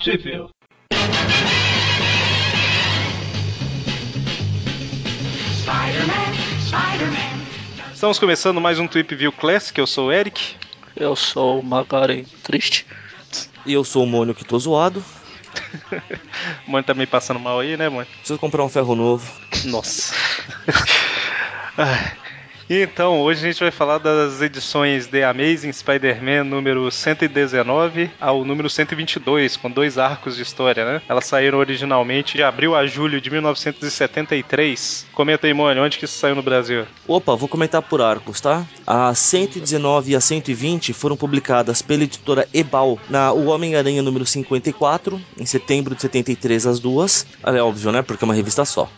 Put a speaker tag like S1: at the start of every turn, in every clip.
S1: Sheffield. Estamos começando mais um Tweep View Classic, eu sou o Eric.
S2: Eu sou o Magaren Triste.
S3: E eu sou o Mônio que tô zoado.
S1: Mano tá me passando mal aí, né, mano?
S3: Preciso comprar um ferro novo.
S1: Nossa. Ah, então, hoje a gente vai falar das edições The Amazing Spider-Man número 119 ao número 122, com dois arcos de história, né? Elas saíram originalmente de abril a julho de 1973. Comenta aí, Mônio, onde que isso saiu no Brasil?
S3: Opa, vou comentar por arcos, tá? A 119 e a 120 foram publicadas pela editora Ebal na O Homem-Aranha número 54, em setembro de 73 as duas. É óbvio, né? Porque é uma revista só.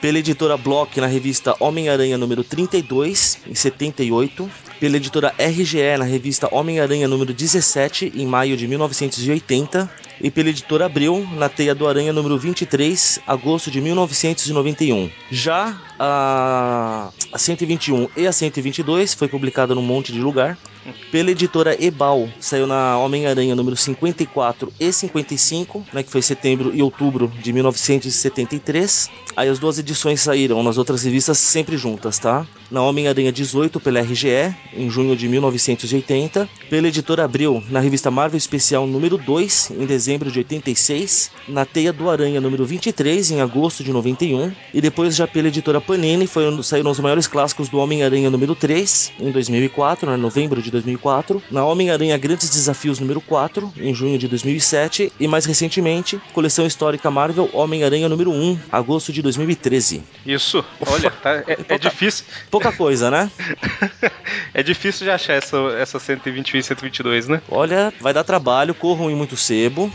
S3: pela editora Block na revista Homem-Aranha número 32, em 78, pela editora RGE na revista Homem-Aranha número 17, em maio de 1980, e pela editora Abril na Teia do Aranha número 23, agosto de 1991. Já a, a 121 e a 122 foi publicada num monte de lugar. Pela editora Ebal, saiu na Homem-Aranha número 54 e 55, né, que foi setembro e outubro de 1973. Aí as duas edições saíram nas outras revistas sempre juntas, tá? Na Homem-Aranha 18 pela RGE, em junho de 1980, pela editora Abril, na revista Marvel Especial número 2, em dezembro de 86, na Teia do Aranha número 23, em agosto de 91, e um. depois já pela editora Panini foram, saíram os maiores clássicos do Homem-Aranha número 3, em 2004, né, novembro de 2004, na Homem-Aranha Grandes Desafios número 4, em junho de 2007, e mais recentemente, coleção histórica Marvel Homem-Aranha número 1, agosto de 2013.
S1: Isso, olha, tá, é, é difícil.
S3: Pouca coisa, né?
S1: é difícil de achar essa, essa 121 e 122, né?
S3: Olha, vai dar trabalho, corram em muito sebo.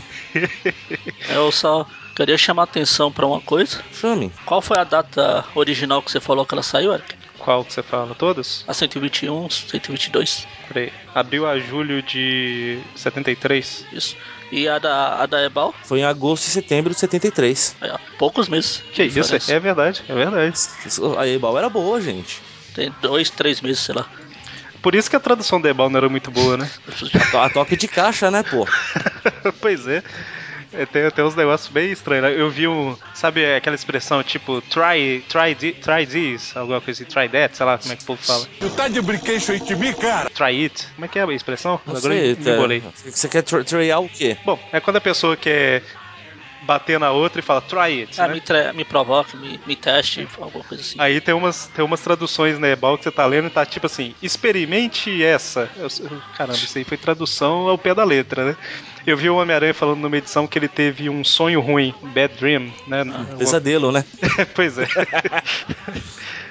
S2: Eu só queria chamar a atenção para uma coisa.
S3: Chame.
S2: Qual foi a data original que você falou que ela saiu, Eric?
S1: Qual que você fala? Todas?
S2: A 121, 122.
S1: Peraí. Abril a julho de 73.
S2: Isso. E a da, a da Ebal?
S3: Foi em agosto e setembro de 73.
S2: Aí, ó, poucos meses.
S1: Que isso, é, é verdade, é verdade.
S3: A Ebal era boa, gente.
S2: Tem dois, três meses, sei lá.
S1: Por isso que a tradução da Ebal não era muito boa, né?
S3: a toque de caixa, né, pô?
S1: pois é. Tem, tem uns negócios bem estranhos. Eu vi um. Sabe aquela expressão tipo try, try, try this? Alguma coisa assim, try that, sei lá como é que o povo fala.
S4: Tu tá de brinquedo aí de mim, cara?
S1: Try it. Como é que é a expressão?
S3: Não Agora sei, é.
S1: eu embolei.
S3: Você quer try, tryar o quê?
S1: Bom, é quando a pessoa quer bater na outra e fala try it.
S2: Ah,
S1: né?
S2: me, tra- me provoca, me, me teste, alguma coisa assim.
S1: Aí tem umas, tem umas traduções na Ebal que você tá lendo e tá tipo assim: experimente essa. Eu- eu- caramba, isso aí foi tradução ao pé da letra, né? Eu vi o Homem-Aranha falando numa edição que ele teve um sonho ruim, um bad dream, né? Uma-
S3: Pesadelo, né?
S1: pois é.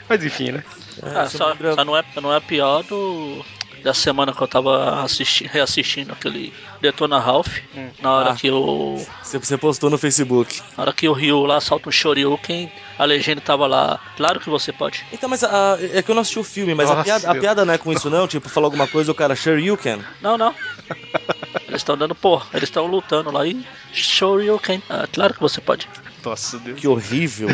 S1: Mas enfim, né?
S2: Ah,
S3: você
S2: só,
S3: lembra-
S2: só não, é, não é pior do. Da semana que eu tava assisti- reassistindo aquele Detona Ralph, na hora
S3: Ah.
S2: que o.
S3: Você- Você postou no Facebook.
S2: Na hora que o Ryu lá solta um Shoryuken, a legenda tava lá, claro que você pode.
S3: Então, mas a- a- é que eu não assisti o filme, mas
S1: Nossa,
S3: a, piada, a
S1: Deus.
S3: piada não é com isso, não? Tipo, falar alguma coisa, o cara, sure you can.
S2: Não, não. Eles estão dando porra, eles estão lutando lá e Shoryuken, ah, claro que você pode.
S1: Nossa, Deus.
S3: Que horrível.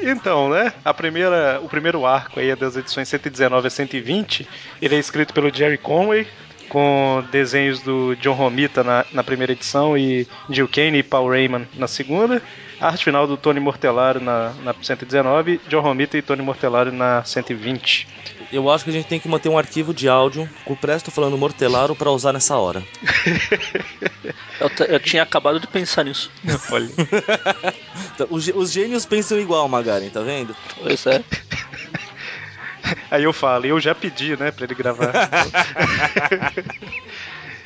S1: Então, né? A primeira, o primeiro arco aí é das edições 119 a 120. Ele é escrito pelo Jerry Conway, com desenhos do John Romita na, na primeira edição e Jill Kane e Paul Raymond na segunda. Arte final do Tony Mortellaro na, na 119, John Romita e Tony Mortellaro na 120.
S3: Eu acho que a gente tem que manter um arquivo de áudio com o Presto falando Mortelaro pra usar nessa hora.
S2: Eu, t- eu tinha acabado de pensar nisso.
S1: Olha,
S3: Tá, Os, gê- os gênios pensam igual, Magaren, tá vendo?
S2: Pois é.
S1: Aí eu falo, eu já pedi, né, pra ele gravar.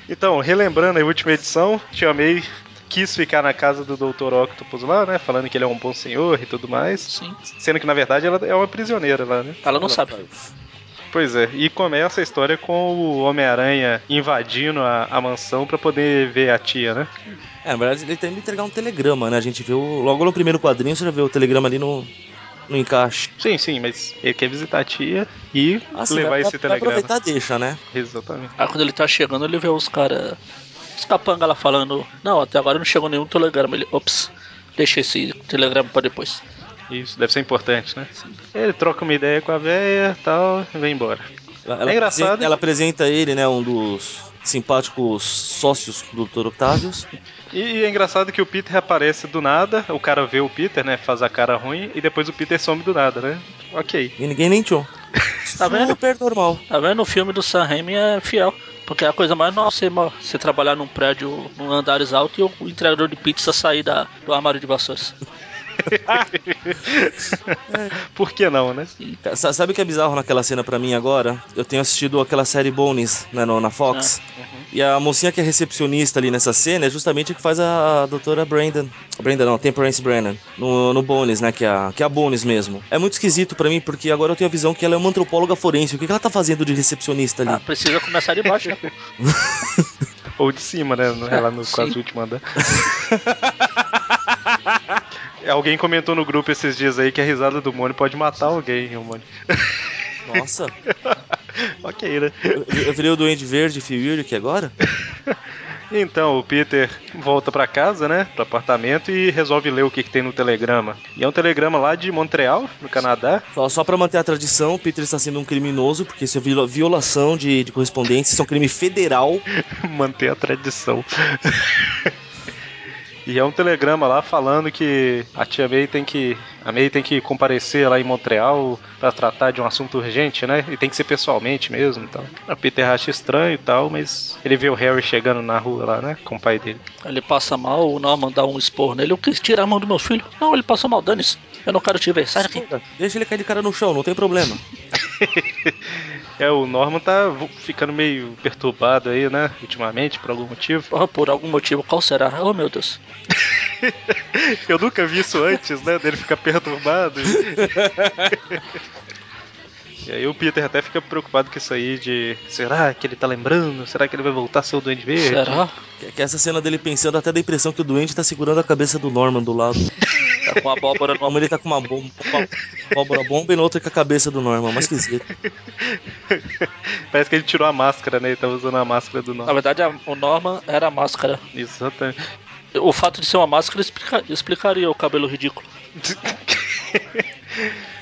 S1: então, relembrando a última edição, te amei. Quis ficar na casa do Dr. Octopus lá, né? Falando que ele é um bom senhor e tudo mais.
S2: Sim.
S1: Sendo que, na verdade, ela é uma prisioneira lá, né?
S2: Ela não
S3: Tá,
S2: sabe.
S1: Pois é. E começa a história com o Homem-Aranha invadindo a, a mansão pra poder ver a tia, né?
S3: É, na verdade, ele tem que entregar um telegrama, né? A gente viu logo no primeiro quadrinho, você já viu o telegrama ali no, no encaixe.
S1: Sim, sim, mas ele quer visitar a tia e
S3: Ah, sim,
S1: levar
S3: vai-
S1: esse
S3: vai-
S1: telegrama.
S3: Vai aproveitar, deixa, né?
S1: Exatamente.
S2: Aí quando ele tá chegando, ele vê os caras. Os capanga lá falando. Não, até agora não chegou nenhum telegrama. Ele. Ops, deixa esse telegrama pra depois.
S1: Isso deve ser importante, né? Ele troca uma ideia com a véia tal, e vai embora.
S3: Ela,
S1: É engraçado.
S3: Apresenta, ela apresenta ele, né? Um dos simpáticos sócios do Dr. Octavius.
S1: E é engraçado que o Peter aparece do nada, o cara vê o Peter, né? Faz a cara ruim, e depois o Peter some do nada, né? Ok.
S3: E ninguém nem tchou.
S2: Tá vendo?
S3: Super normal.
S2: Tá vendo? O filme do Sam Raimi é fiel. Porque a coisa mais nossa é mo- você trabalhar num prédio, num andares alto e o entregador de pizza sair da, do armário de vassouras.
S1: Por que não, né?
S3: Sa- Sabe o que é bizarro naquela cena pra mim agora? Eu tenho assistido aquela série Bones, né, no- na Fox.
S1: Ah, uhum.
S3: E a mocinha que é recepcionista ali nessa cena é justamente a que faz a, a doutora Brandon. Brandon não, Temperance Brennan. No, no Bones, né? Que é, a, que é a Bones mesmo. É muito esquisito pra mim, porque agora eu tenho a visão que ela é uma antropóloga forense. O que, que ela tá fazendo de recepcionista ali?
S2: Ah, precisa começar de baixo, né?
S1: Ou de cima, né? No- Lá no
S2: Sim.
S1: quase último andar. Alguém comentou no grupo esses dias aí que a risada do Mônio pode matar alguém, o Mônio.
S3: Nossa,
S1: ok, né?
S3: eu, eu virei o Duende Verde Fury aqui agora?
S1: Então, o Peter volta pra casa, né? Pro apartamento e resolve ler o que, que tem no telegrama. E é um telegrama lá de Montreal, no Canadá.
S3: Só, só pra manter a tradição, o Peter está sendo um criminoso, porque isso é viola- violação de, de correspondência, isso é um crime federal.
S1: Manter a tradição. E é um telegrama lá falando que a tia May tem que a May tem que comparecer lá em Montreal pra tratar de um assunto urgente, né? E tem que ser pessoalmente mesmo, então. A Peter acha estranho e tal, mas ele vê o Harry chegando na rua lá, né, com o pai dele.
S2: Ele passa mal, o Norman dá um esporro nele. Eu quis tirar a mão do meu filho. Não, ele passou mal, dane-se. Eu não quero te ver, sai daqui.
S3: Deixa ele cair de cara no chão, não tem problema.
S1: É, o Norman tá vo- ficando meio perturbado aí, né, ultimamente por algum motivo.
S2: Porra, por algum motivo, qual será? Oh meu Deus.
S1: Eu nunca vi isso antes, né? Dele ficar perturbado. E aí o Peter até fica preocupado com isso aí de será que ele tá lembrando? Será que ele vai voltar a ser o Duende Verde?
S2: Será?
S3: Que, que essa cena dele pensando até dá a impressão que o doente tá segurando a cabeça do Norman do lado.
S2: Tá com a abóbora no
S3: Uma ele tá com uma bomba, uma abóbora bomba e na outra com a cabeça do Norman, mas esquisito.
S1: Parece que ele tirou a máscara, né? Ele tava usando a máscara do
S2: Na
S1: Norman.
S2: verdade, a- o Norman era a máscara.
S1: Ah. Exatamente.
S2: O fato de ser uma máscara explica- explicaria o cabelo ridículo.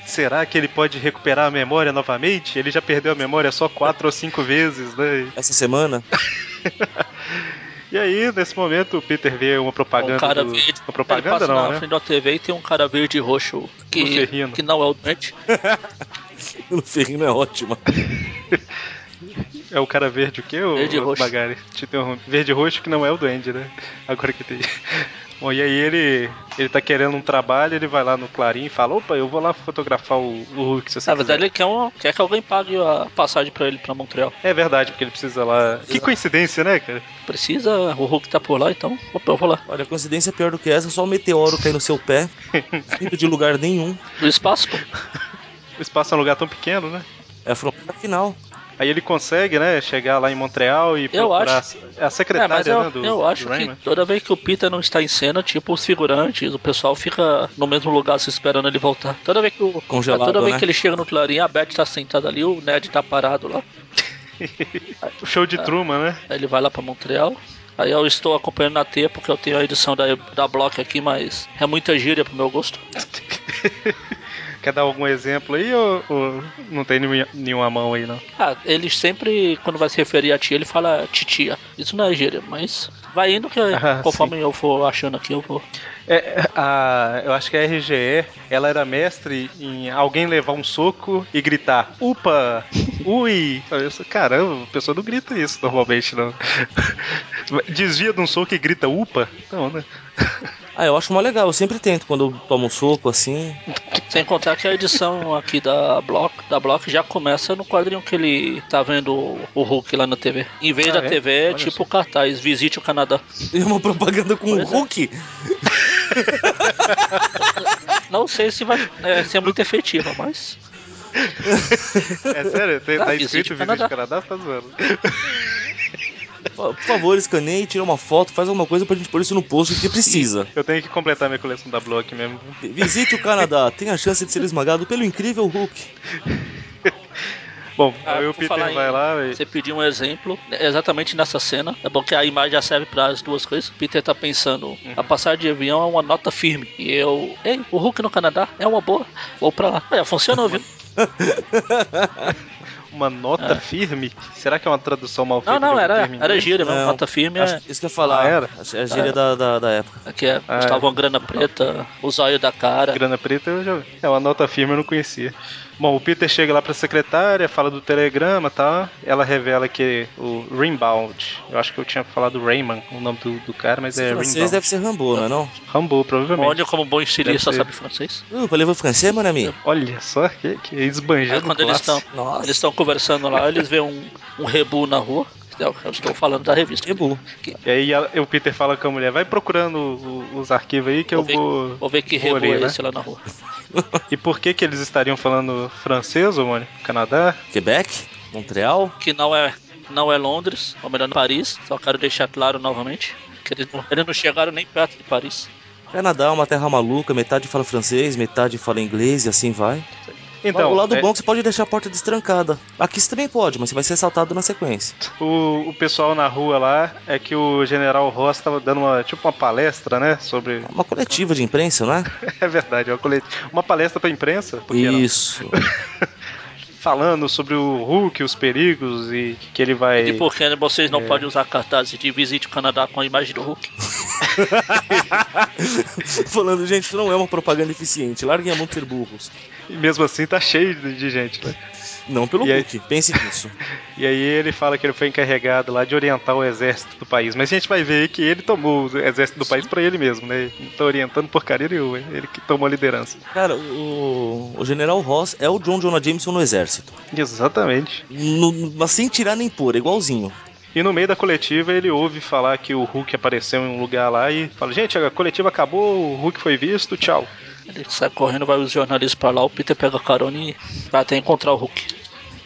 S1: Será que ele pode recuperar a memória novamente? Ele já perdeu a memória só quatro ou cinco vezes, né?
S3: Essa semana,
S1: E aí, nesse momento, o Peter vê uma propaganda.
S2: um cara
S1: do...
S2: verde.
S1: Uma
S2: ele
S1: propaganda
S2: passa na
S1: não, né?
S2: frente da TV e tem um cara verde e roxo que,
S1: Luferrino.
S2: que não é o doente.
S3: o Ferrino é ótima.
S1: É o cara verde o quê? O
S2: Verde e roxo.
S1: Magari? Te interrompe. Verde e roxo que não é o duende, né? Agora que tem. Bom, e aí ele, ele tá querendo um trabalho, ele vai lá no Clarim e fala, opa, eu vou lá fotografar o, o Hulk, se você quiser.
S2: Na verdade, ele quer, um- quer que alguém pague a passagem pra ele pra Montreal.
S1: É verdade, porque ele precisa lá... Que coincidência, né, cara?
S2: Precisa, o Hulk tá por lá, então. Opa, eu vou lá.
S3: Olha, coincidência é pior do que essa, só o meteoro cair no seu pé, vindo de lugar nenhum.
S2: No espaço, pô.
S1: O espaço é um lugar tão pequeno, né?
S3: É a fronteira final.
S1: Aí ele consegue, né, chegar lá em Montreal e
S2: Eu
S1: procurar
S2: acho.
S1: a, a
S2: É, mas
S1: secretária,
S2: eu,
S1: né, do
S2: eu
S1: do
S2: acho que tá.
S1: Raymond.
S2: toda vez que o Peter não está em cena, tipo, os figurantes, o pessoal fica no mesmo lugar se esperando ele voltar. Toda vez que o.
S3: Congelado,
S2: toda vez
S3: né?
S2: que ele chega no clarim, a Beth tá sentada ali, o Ned tá parado lá.
S1: O show de Truman, né?
S2: Aí ele vai lá pra Montreal. Aí eu estou acompanhando na teia porque eu tenho a edição da, da Block aqui, mas é muita gíria pro meu gosto.
S1: Quer dar algum exemplo aí ou, ou não tem nenhuma- nenhuma mão aí, não?
S2: Ah, ele sempre, quando vai se referir a tia, ele fala titia. Isso não é gíria, mas vai indo que
S1: Ah,
S2: conforme eu for achando aqui, eu vou.
S1: É, a, eu acho que a RGE, ela era mestre em alguém levar um soco e gritar, upa, ui. Eu disse, Caramba, a pessoa não grita isso normalmente, não. Desvia de um soco e grita, upa. Não, né?
S3: Ah, eu acho mó legal, eu sempre tento quando eu tomo um soco assim.
S2: Sem contar que a edição aqui da Block, da Block já começa no quadrinho que ele tá vendo o Hulk lá na TV. Em vez
S1: Ah,
S2: da
S1: é?
S2: TV, é
S1: Olha
S2: tipo
S1: só.
S2: cartaz, visite o Canadá.
S3: E uma propaganda com o
S2: Pois é.
S3: Hulk.
S2: Não sei se vai é, ser muito efetiva, mas.
S1: É sério, tem,
S2: Ah,
S1: tá
S2: visite
S1: escrito
S2: o
S1: Visite
S2: Canadá.
S1: o Canadá, tá zoando.
S3: Por favor, escaneie, tira uma foto, faz alguma coisa pra gente pôr isso no post que precisa.
S1: Eu tenho que completar minha coleção da Block mesmo.
S3: Visite o Canadá, tem a chance de ser esmagado pelo incrível Hulk.
S1: Bom,
S2: Ah,
S1: aí o
S2: por
S1: Peter
S2: falar em-
S1: vai lá e...
S2: Você pediu um exemplo, é exatamente nessa cena. É bom que a imagem já serve para as duas coisas. Peter tá pensando,
S1: Uhum.
S2: a passagem de avião é uma nota firme. E eu, ei, o Hulk no Canadá é uma boa, vou pra lá. Olha, funcionou, viu?
S1: Uma nota firme? Será que é uma tradução mal
S2: Não,
S1: feita?
S2: não,
S1: de algum
S2: era,
S1: termo em
S2: era
S1: inglírio?
S2: gíria mesmo,
S3: Não.
S2: nota firme é,
S3: Acho que isso que eu ia falar.
S1: Ah, era?
S3: Acho que é a gíria da, da, da época.
S2: aqui é
S1: Ah,
S2: Gustavão Grana Preta, os olhos da cara.
S1: Grana Preta eu já É uma nota firme, eu não conhecia. Bom, o Peter chega lá pra secretária, fala do telegrama e tal. Ela revela que o Rimbaud, eu acho que eu tinha falado Rayman, o nome do, do cara, mas
S3: Esse
S1: é
S3: francês
S1: Rimbaud.
S3: deve ser Rambo, não é não?
S1: Rambo, provavelmente.
S2: Mônio, como bom estilista,
S1: Deve ser.
S2: sabe francês.
S3: Uh, pra levar o francês, mano, amigo?
S1: Olha só, que, que
S2: Aí
S1: esbanjando
S2: quando eles
S1: classe.
S2: estão
S3: Nossa.
S2: eles estão conversando lá, eles veem um, um rebu na rua. Eu eu estou falando da revista.
S3: Rebu.
S2: Que-
S1: E aí ela- o Peter fala com a mulher, vai procurando o- os arquivos aí que eu
S2: Vou ver,
S1: vou...
S2: vou ver que
S1: vou
S2: rebu
S1: ler,
S2: é
S1: né?
S2: esse lá na rua.
S1: E por que que eles estariam falando francês, ô, Mônio? Canadá?
S3: Quebec? Montreal?
S2: Que não é, não é Londres, ou melhor, Paris. Só quero deixar claro novamente que eles não, eles não chegaram nem perto de Paris.
S3: Canadá é uma terra maluca, metade fala francês, metade fala inglês e assim vai.
S1: Então,
S3: o lado
S1: é-
S3: bom é que você pode deixar a porta destrancada. Aqui você também pode, mas você vai ser assaltado na sequência.
S1: O, o pessoal na rua lá é que o general Ross tava dando uma, tipo uma palestra, né? Sobre.
S3: É Uma coletiva de imprensa, não é?
S1: É verdade, uma, colet... uma palestra pra imprensa, por que não?
S3: Isso.
S1: falando sobre o Hulk, os perigos e que ele vai.
S2: E por que né, vocês
S3: É.
S2: não podem usar cartazes de visite o Canadá com a imagem do Hulk?
S3: Falando, gente, isso não é uma propaganda eficiente. Larguem a mão de ser burros.
S1: E mesmo assim tá cheio de de gente, né?
S3: Não pelo
S1: E aí?
S3: Hulk. Pense nisso.
S1: E aí ele fala que ele foi encarregado lá de orientar o exército do país. Mas a gente vai ver que ele tomou o exército do país pra ele mesmo, né? Não tá orientando porcaria nenhuma, ele que tomou a liderança.
S3: Cara, o, o general Ross é o John Jonah Jameson no exército.
S1: Exatamente.
S3: No- mas sem tirar nem pôr, é igualzinho.
S1: E no meio da coletiva ele ouve falar que o Hulk apareceu em um lugar lá e fala: Gente, a coletiva acabou, o Hulk foi visto, tchau.
S2: Ele sai correndo, vai os jornalistas pra lá, o Peter pega a carona e vai até encontrar o Hulk.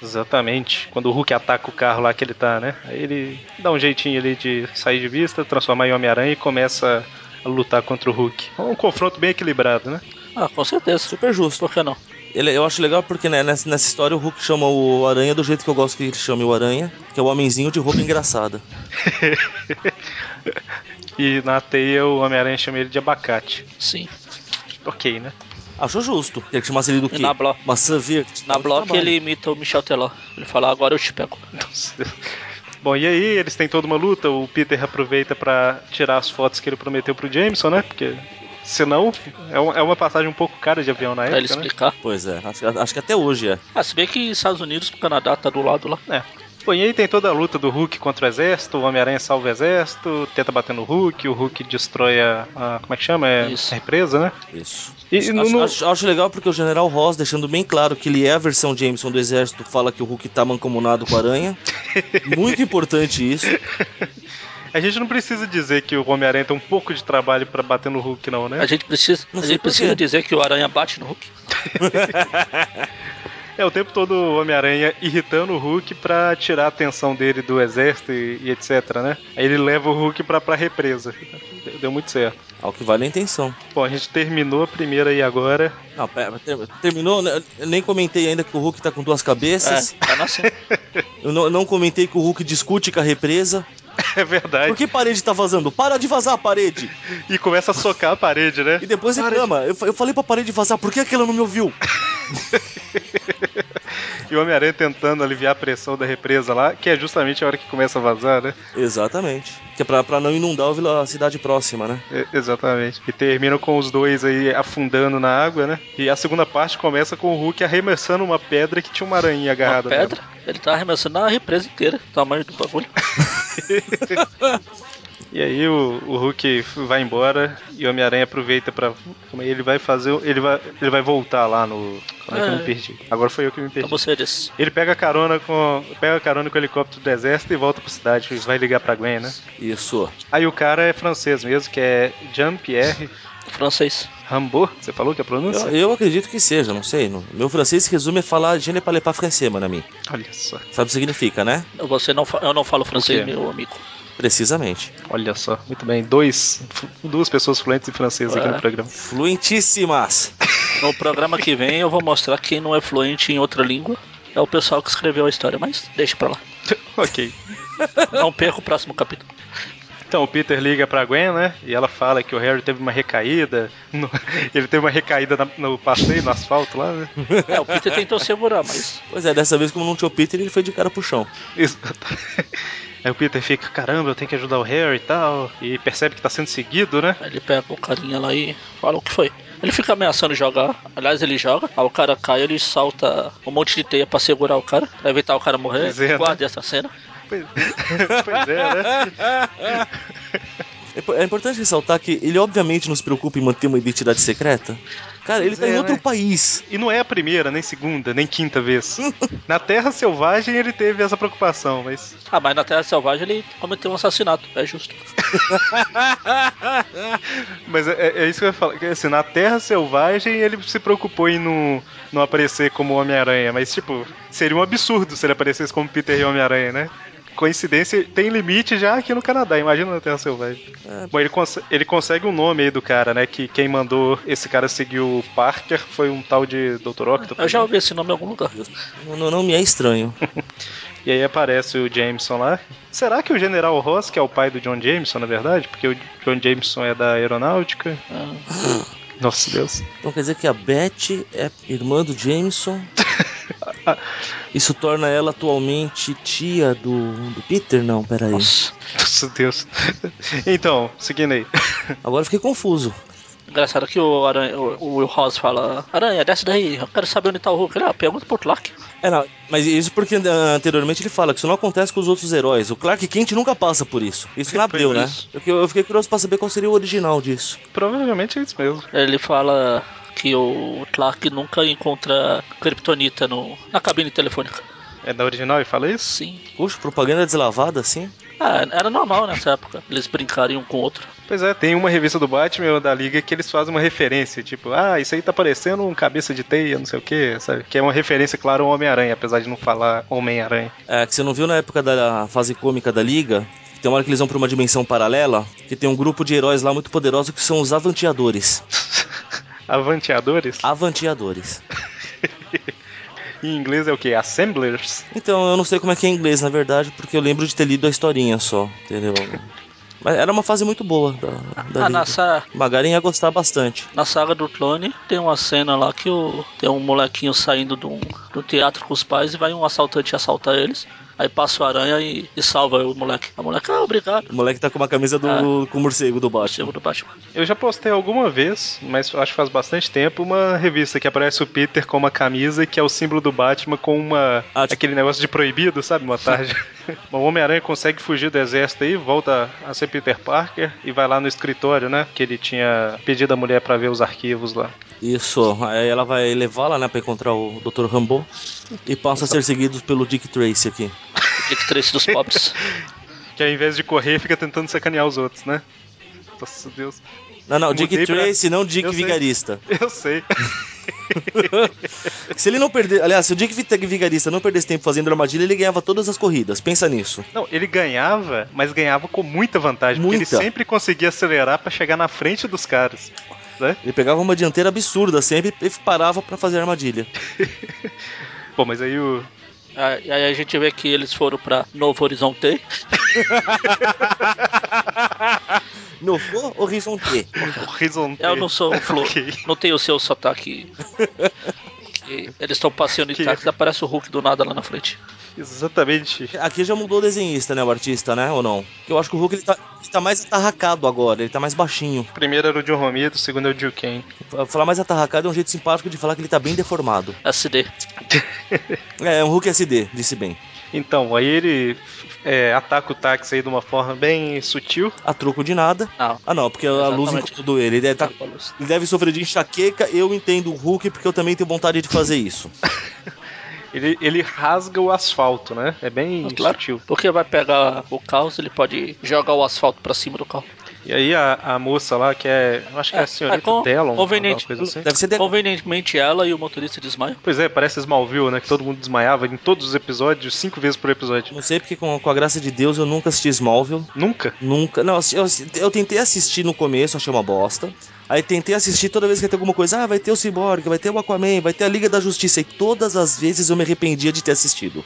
S1: Exatamente. Quando o Hulk ataca o carro lá que ele tá, né? Aí ele dá um jeitinho ali de sair de vista, transformar em Homem-Aranha e começa a lutar contra o Hulk. Um confronto bem equilibrado, né?
S2: Ah, com certeza.
S3: Super justo.
S2: Por que não?
S3: Ele- eu acho legal porque né, nessa, nessa história o Hulk chama o Aranha do jeito que eu gosto que ele chame o Aranha, que é o homenzinho de roupa engraçada.
S1: E na teia o Homem-Aranha chama ele de abacate.
S2: Sim.
S1: Ok, né?
S3: Acho justo. Tem que chamasse ele do
S2: E
S3: quê?
S2: na Block?
S3: Maçã verde.
S2: Na
S3: Dá muito
S2: Block
S3: trabalho.
S2: ele imita o Michel Teló. Ele fala, agora eu te pego.
S1: Nossa. Bom, e aí eles têm toda uma luta, o Peter aproveita pra tirar as fotos que ele prometeu pro Jameson, né? Porque senão é um- é uma passagem um pouco cara de avião na
S3: É,
S2: Pra ele
S1: época, né?
S2: explicar.
S3: Pois é, acho, acho que até hoje é.
S2: Ah, se bem que Estados Unidos pro Canadá tá do lado lá.
S1: É. Bom, e aí tem toda a luta do Hulk contra o exército, o Homem-Aranha salva o exército, tenta bater no Hulk, o Hulk destrói a. a- como é que chama? É
S2: Isso.
S1: a represa, né?
S3: Isso.
S1: E
S3: acho,
S1: no- no-
S3: acho- acho legal porque o General Ross, deixando bem claro que ele é a versão Jameson do Exército, fala que o Hulk tá mancomunado com a aranha. Muito importante isso.
S1: A gente não precisa dizer que o Homem-Aranha tem um pouco de trabalho pra bater no Hulk, não, né?
S2: A gente precisa,
S3: É. Não
S2: a
S3: sei
S2: gente
S3: por quê.
S2: precisa dizer que o Aranha bate no Hulk.
S1: É o tempo todo o Homem-Aranha irritando o Hulk pra tirar a atenção dele do exército e, e etc, né? Aí ele leva o Hulk pra, pra represa. Deu- Deu muito certo.
S3: Ao que vale a intenção.
S1: Bom, a gente terminou a primeira aí agora.
S3: Não, pera, ter- terminou? né? Eu nem comentei ainda que o Hulk tá com duas cabeças.
S2: É, tá nascendo.
S3: Eu não, não comentei que o Hulk discute com a represa.
S1: É verdade.
S3: Por que parede tá vazando? Para de vazar a parede!
S1: E começa a socar a parede, né?
S3: E depois reclama. Eu, fa- eu falei pra parede vazar, por que aquela não me ouviu?
S1: E o Homem-Aranha tentando aliviar a pressão da represa lá, que é justamente a hora que começa a vazar, né?
S3: Exatamente. Que é pra, pra não inundar o vila- a cidade próxima, né?
S1: É, exatamente. E terminam com os dois aí afundando na água, né? E a segunda parte começa com o Hulk arremessando uma pedra que tinha uma aranha
S2: Uma
S1: agarrada.
S2: pedra. Ele tá arremessando a represa inteira. Tamanho do bagulho.
S1: nela. E aí o, o Hulk vai embora e o Homem-Aranha aproveita pra. Como é? Ele vai fazer. o- Ele vai, ele vai voltar lá no. Como é que eu
S2: É.
S1: me perdi? Agora foi eu que me
S2: Então
S1: perdi.
S2: você disse.
S1: Ele pega carona com. Pega carona com o helicóptero do exército e volta pra cidade. e Vai ligar pra Gwen, né?
S3: Isso.
S1: Aí o cara é francês mesmo, que é Jean-Pierre
S2: Francês.
S1: Rambo. Você falou que é a
S3: Eu,
S1: pronúncia?
S3: eu acredito que seja, não sei. No- Meu francês se resume a falar je ne parle pas français, mon ami.
S1: Olha só.
S3: Sabe o que significa, né?
S2: Você não, fa- eu não falo francês,
S1: quê?
S2: meu amigo.
S3: Precisamente.
S1: Olha só, muito bem. Dois, duas pessoas fluentes em francês aqui
S2: É.
S1: no programa.
S3: Fluentíssimas!
S2: No programa que vem eu vou mostrar quem não é fluente em outra língua. É o pessoal que escreveu a história, mas deixa pra lá.
S1: ok.
S2: Não perca o próximo capítulo.
S1: Então, o Peter liga pra Gwen, né? E ela fala que o Harry teve uma recaída. no- ele teve uma recaída na- no passeio, no asfalto lá, né?
S2: É, o Peter tentou segurar, mas.
S3: Pois é, dessa vez, como não tinha o Peter, ele foi de cara pro chão.
S1: Isso. Aí o Peter fica, caramba, eu tenho que ajudar o Harry e tal. E percebe que tá sendo seguido, né?
S2: Aí Ele pega o carinha lá e fala o que foi. Ele fica ameaçando jogar. Aliás, ele joga. Aí o cara cai, ele solta um monte de teia pra segurar o cara, pra evitar o cara morrer.
S1: Pois é, né?
S2: Guarde essa cena.
S1: Pois, pois é, né?
S3: É po- É importante ressaltar que ele obviamente não se preocupa em manter uma identidade secreta. Cara, ele tá
S1: Pois
S3: em
S1: é,
S3: outro
S1: né?
S3: país.
S1: E não é a primeira, nem segunda, nem quinta vez. Na Terra Selvagem ele teve essa preocupação, mas.
S2: Ah, mas na Terra Selvagem ele cometeu um assassinato, é justo.
S1: Mas é, é isso que eu ia falar. que, Assim, na Terra Selvagem ele se preocupou em não, não aparecer como Homem-Aranha, mas, tipo, seria um absurdo se ele aparecesse como Peter e Homem-Aranha, né? Coincidência tem limite já aqui no Canadá, imagina na Terra Selvagem.
S3: É.
S1: Bom, ele, conse- ele consegue o nome aí do cara, né? Que quem mandou esse cara seguir o Parker foi um tal de Dr. Octopus.
S2: Eu já
S1: né?
S2: ouvi esse nome em algum lugar.
S3: Não, não- não me é estranho.
S1: E aí aparece o Jameson lá. Será que o General Ross, que é o pai do John Jameson, na verdade? Porque o John Jameson é da aeronáutica.
S2: Ah,
S1: Nossa Deus.
S3: Então quer dizer que a Beth é irmã do Jameson. Isso torna ela atualmente tia do, do Peter? Não, peraí.
S2: nossa.
S1: Nossa Deus. Então, seguindo aí.
S3: Agora eu fiquei confuso.
S2: Engraçado que o, aranha, o, o Will Ross fala: Aranha, desce daí, eu quero saber onde tá o Hulk. Ele, ah, pergunta pro Clark.
S3: É, não, mas isso porque ah, anteriormente ele fala que isso não acontece com os outros heróis. O Clark Kent nunca passa por isso. Isso na
S1: Pois
S3: Abril,
S1: é.
S3: né? Eu, eu fiquei curioso pra saber qual seria o original disso.
S1: Provavelmente é isso mesmo.
S2: Ele fala que o Clark nunca encontra Kryptonita no, na cabine telefônica.
S1: É da original e fala isso?
S2: Sim.
S3: Poxa, propaganda deslavada assim?
S2: Ah, era normal nessa época, eles brincarem um com o outro.
S1: Pois é, tem uma revista do Batman ou da Liga que eles fazem uma referência, tipo, ah, isso aí tá parecendo um cabeça de teia, não sei o que, sabe? Que é uma referência, claro, ao Homem-Aranha, apesar de não falar Homem-Aranha.
S3: É, que você não viu na época da fase cômica da Liga? Tem uma hora que eles vão pra uma dimensão paralela, que tem um grupo de heróis lá muito poderosos que são os Avanteadores.
S1: Avanteadores?
S3: Avanteadores.
S1: Em inglês é o que? Assemblers?
S3: Então, eu não sei como é que é em inglês, na verdade, porque eu lembro de ter lido a historinha só, entendeu? Mas era uma fase muito boa da, da
S2: ah,
S3: Liga.
S2: na, sa-
S3: Magaren ia gostar bastante.
S2: na saga do clone tem uma cena lá que o, tem um molequinho saindo do, do um teatro com os pais e vai um assaltante assaltar eles. Aí passa o aranha e, e salva o moleque. A moleque, ah, obrigado.
S3: O moleque tá com uma camisa do com o morcego do Batman.
S2: Chego do Batman.
S1: Eu já postei alguma vez, mas acho que faz bastante tempo, uma revista que aparece o Peter com uma camisa que é o símbolo do Batman com uma
S3: Ah, tipo-
S1: aquele negócio de proibido, sabe, uma tarja. Bom, o Homem-Aranha consegue fugir do exército aí, volta a ser Peter Parker e vai lá no escritório, né, que ele tinha pedido a mulher pra ver os arquivos lá.
S3: Isso, aí ela vai levá-la, né, pra encontrar o Dr. Rambo. E passa a ser seguido pelo Dick Tracy aqui.
S2: Dick Tracy dos pobres.
S1: Que ao invés de correr, fica tentando sacanear os outros, né? Nossa, Deus.
S3: Não, não,
S1: Mudei
S3: Dick
S1: pra-
S3: Tracy, não Dick
S1: Eu sei.
S3: Vigarista.
S1: Eu sei.
S3: Se ele não perder. Aliás, se o Dick Vit- Vigarista não perdesse tempo fazendo armadilha, ele ganhava todas as corridas. Pensa nisso.
S1: Não, ele ganhava, mas ganhava com muita vantagem, porque
S3: Muita.
S1: ele sempre conseguia acelerar pra chegar na frente dos caras, né?
S3: Ele pegava uma dianteira absurda sempre e parava pra fazer armadilha.
S1: Pô, mas aí o.
S2: aí, aí a gente vê que eles foram pra Novo Horizonte.
S3: No horizonte.
S1: Horizonte.
S2: Eu não sou o Flo.
S1: Ok.
S2: Não tenho o seu sotaque. Que eles estão passeando em
S1: Que-
S2: táxi, aparece o Hulk do nada lá na frente.
S1: Exatamente.
S3: Aqui já mudou o desenhista, né? O artista, né? Ou não? Eu acho que o Hulk ele tá, ele tá mais atarracado agora, ele tá mais baixinho.
S1: O primeiro era o John Romito, o segundo é o Jill Kane.
S3: Fa- Falar mais atarracado é um jeito simpático de falar que ele tá bem deformado.
S2: SD.
S3: É, é um Hulk SD, disse bem.
S1: Então, aí ele é, ataca o táxi aí de uma forma bem sutil.
S3: A troco de nada.
S2: Não.
S3: Ah, não, porque a luz
S2: Exatamente.
S3: incomodou ele. Ele deve, tá- ele deve sofrer de enxaqueca. Eu entendo o Hulk porque eu também tenho vontade de fazer isso.
S1: Ele, ele rasga o asfalto, né? É bem
S2: Ah, Claro.
S1: sutil.
S2: Porque vai pegar o carro, ele pode jogar o asfalto pra cima do carro.
S1: E aí a, a moça lá, que é. eu Acho que é a
S2: É,
S1: senhorita
S2: é con-
S1: Dellon,
S2: conveniente.
S1: alguma coisa assim.
S3: Deve ser de...
S2: Convenientemente ela e o motorista desmaiam.
S1: Pois é, parece Smallville, né? Que todo mundo desmaiava em todos os episódios, cinco vezes por episódio.
S3: Não sei porque, com, com a graça de Deus, eu nunca assisti Smallville.
S1: Nunca.
S3: Nunca. Não, eu, assisti- eu tentei assistir no começo, achei uma bosta. Aí tentei assistir toda vez que ia ter alguma coisa. Ah, vai ter o Cyborg, vai ter o Aquaman, vai ter a Liga da Justiça. E todas as vezes eu me arrependia de ter assistido.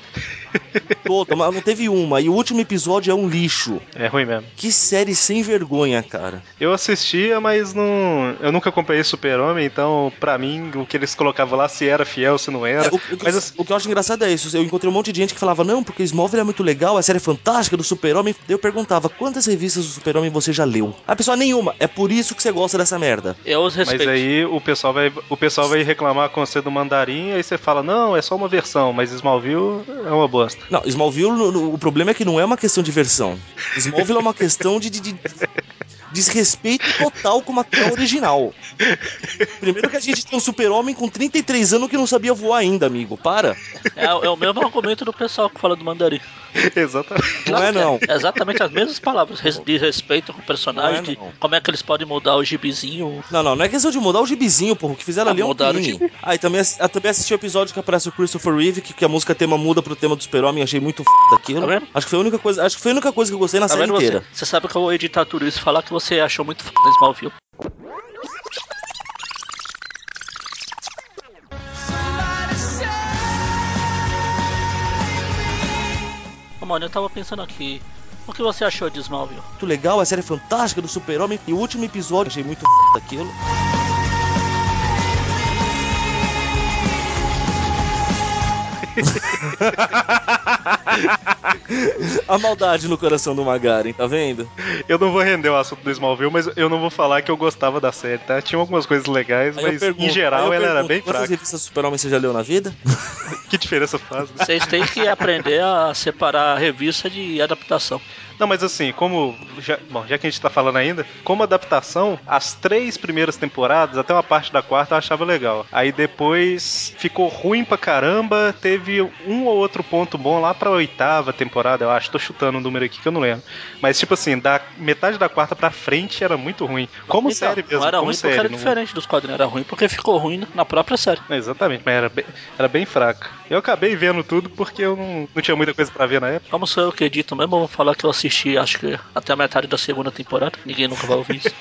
S3: Toda, mas não teve uma. E o último episódio é um lixo.
S1: É ruim mesmo.
S3: Que série sem vergonha, cara.
S1: Eu assistia, mas não. Eu nunca acompanhei Super-Homem, então, pra mim, o que eles colocavam lá, se era fiel, se não
S3: É,
S1: era.
S3: o, o que,
S1: mas assim,
S3: o que eu acho engraçado é isso. Eu encontrei um monte de gente que falava, não, porque Smallville é muito legal, a série é fantástica do Super-Homem. Daí Eu perguntava, quantas revistas do Super-Homem você já leu? A pessoa, nenhuma. É por isso que você gosta dessa merda.
S2: Eu os
S1: mas
S2: respeito.
S1: aí o pessoal, vai, o pessoal vai reclamar com você do Mandarim, aí você fala, não, é só uma versão, mas Smallville é uma bosta.
S3: Não, Smallville, no- no- o problema é que não é uma questão de versão. Smallville é uma questão de, de- de- desrespeito total com a matéria original. Primeiro que a gente tem um super-homem com 33 anos que não sabia voar ainda, amigo. Para.
S2: É, é o mesmo argumento do pessoal que fala do mandarim.
S1: Exatamente.
S3: Não é não.
S2: É exatamente as mesmas palavras. res- De respeito com o personagem,
S3: Não é, não.
S2: de como é que eles podem mudar o gibizinho.
S3: Não, não, não é questão de mudar o gibizinho, porra. O que fizeram
S2: Ah,
S3: ali é um
S2: mudaram o
S3: crime. Ah, e também, ass- ah, também assisti o episódio que aparece o Christopher Reeve, que, que a música tema muda pro tema do super-homem, achei muito f*** daquilo.
S2: Tá vendo?
S3: acho que foi a única coisa, acho que foi a única coisa que eu gostei na
S2: Tá
S3: série
S2: vendo
S3: inteira.
S2: você? Você sabe que eu vou editar tudo isso e falar que você achou muito foda esse Smallville. Ô, Mano, eu tava pensando aqui. O que você achou de Smallville?
S3: Muito legal, a série é fantástica do super-homem. E o último episódio, achei muito f*** daquilo. a maldade no coração do Magaren, tá vendo?
S1: Eu não vou render o assunto do Smallville, mas eu não vou falar que eu gostava da série, tá? Tinha algumas coisas legais,
S3: Aí eu
S1: mas
S3: pergunto-
S1: em
S3: aí
S1: geral
S3: eu
S1: ela era
S3: pergunto,
S1: bem
S3: quantas
S1: fraca.
S3: revistas do super-homem você já leu na vida?
S1: Que diferença faz, né?
S2: Vocês têm que aprender a separar a revista de adaptação.
S1: Não, mas assim, como. Já, bom, já que a gente tá falando ainda, como adaptação, as três primeiras temporadas, até uma parte da quarta, eu achava legal. Aí depois ficou ruim pra caramba, teve um ou outro ponto bom lá pra oitava temporada, eu acho. Tô chutando um número aqui que eu não lembro. Mas, tipo assim, da metade da quarta pra frente era muito ruim. Como
S2: Então,
S1: série mesmo,
S2: não era
S1: como
S2: ruim
S1: série.
S2: porque era
S1: não-
S2: diferente dos quadrinhos. Era ruim porque ficou ruim na própria série.
S1: Exatamente, mas era bem, era bem fraca. Eu acabei vendo tudo porque eu não, não tinha muita coisa pra ver na época.
S2: Como sou eu que edito mesmo, eu vou falar que eu assisti, acho que até a metade da segunda temporada. Ninguém nunca vai ouvir isso.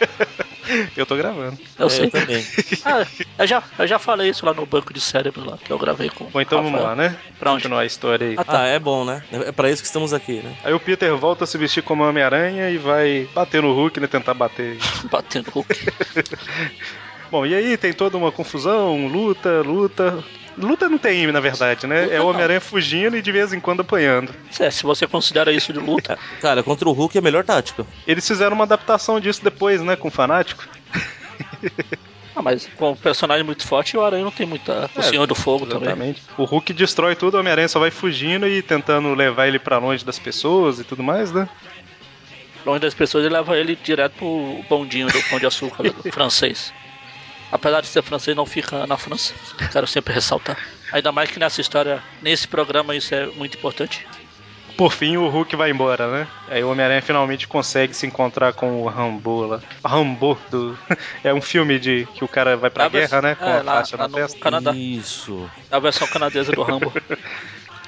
S1: Eu tô gravando.
S2: Eu
S3: É,
S2: sei.
S3: também.
S2: Ah, eu, já, eu já falei isso lá no banco de cérebro lá, que eu gravei com.
S1: Bom, então
S2: o
S1: vamos lá,
S2: Rafael.
S1: né?
S2: Pra onde?
S1: Continuar a história aí.
S2: Ah, tá.
S3: Ah, é bom, né? É pra isso que estamos aqui, né?
S1: Aí o Peter volta a se vestir como Homem-Aranha e vai bater no Hulk, né? Tentar bater.
S2: Batendo com o quê?
S1: Bom, e aí tem toda uma confusão, luta, luta. Luta não tem, na verdade, né?
S2: Luta
S1: é o
S2: não.
S1: Homem-Aranha fugindo e de vez em quando apanhando.
S2: É, se você considera isso de luta,
S3: Cara, contra o Hulk é a melhor tática.
S1: Eles fizeram uma adaptação disso depois, né? Com o Fanático.
S2: ah, mas com um personagem muito forte, o Aranha não tem muita. O
S1: É,
S2: Senhor do Fogo também.
S1: Exatamente. O Hulk destrói tudo, o Homem-Aranha só vai fugindo e tentando levar ele pra longe das pessoas e tudo mais, né?
S2: Longe das pessoas, ele leva ele direto pro bondinho do Pão de Açúcar do francês. Apesar de ser francês, não fica na França. Quero sempre ressaltar. Ainda mais que nessa história, nesse programa, isso é muito importante.
S1: Por fim, o Hulk vai embora, né? Aí o Homem-Aranha finalmente consegue se encontrar com o Rambo lá. Rambo do... é um filme de que o cara vai pra
S2: Ah, mas-
S1: guerra, né? Com
S2: é,
S1: a
S2: lá-
S1: faixa
S2: lá
S1: na
S2: no
S1: testa.
S2: Canadá.
S3: Isso.
S2: A versão canadesa do Rambo.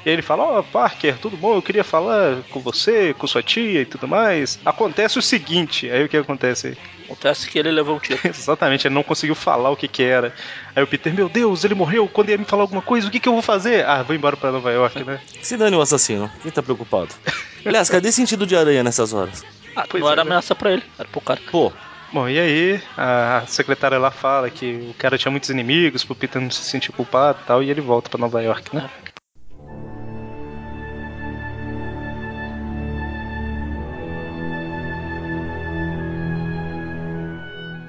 S1: E ele fala: Ó, Parker, tudo bom? Eu queria falar com você, com sua tia e tudo mais. Acontece o seguinte: aí o que acontece?
S2: Acontece que ele levou um tiro.
S1: Exatamente, ele não conseguiu falar o que que era. Aí o Peter: Meu Deus, ele morreu. Quando ele me falar alguma coisa, o que que eu vou fazer? Ah, vou embora pra Nova York, né?
S3: Que se dane o assassino. Quem tá preocupado? Aliás, cadê sentido de aranha nessas horas?
S2: Ah,
S1: Pois
S2: não
S1: é,
S2: era
S1: né?
S2: ameaça pra ele, era pro cara.
S3: Pô,
S1: Bom, e aí a secretária lá fala que o cara tinha muitos inimigos, pro Peter não se sentir culpado e tal, e ele volta pra Nova York, né?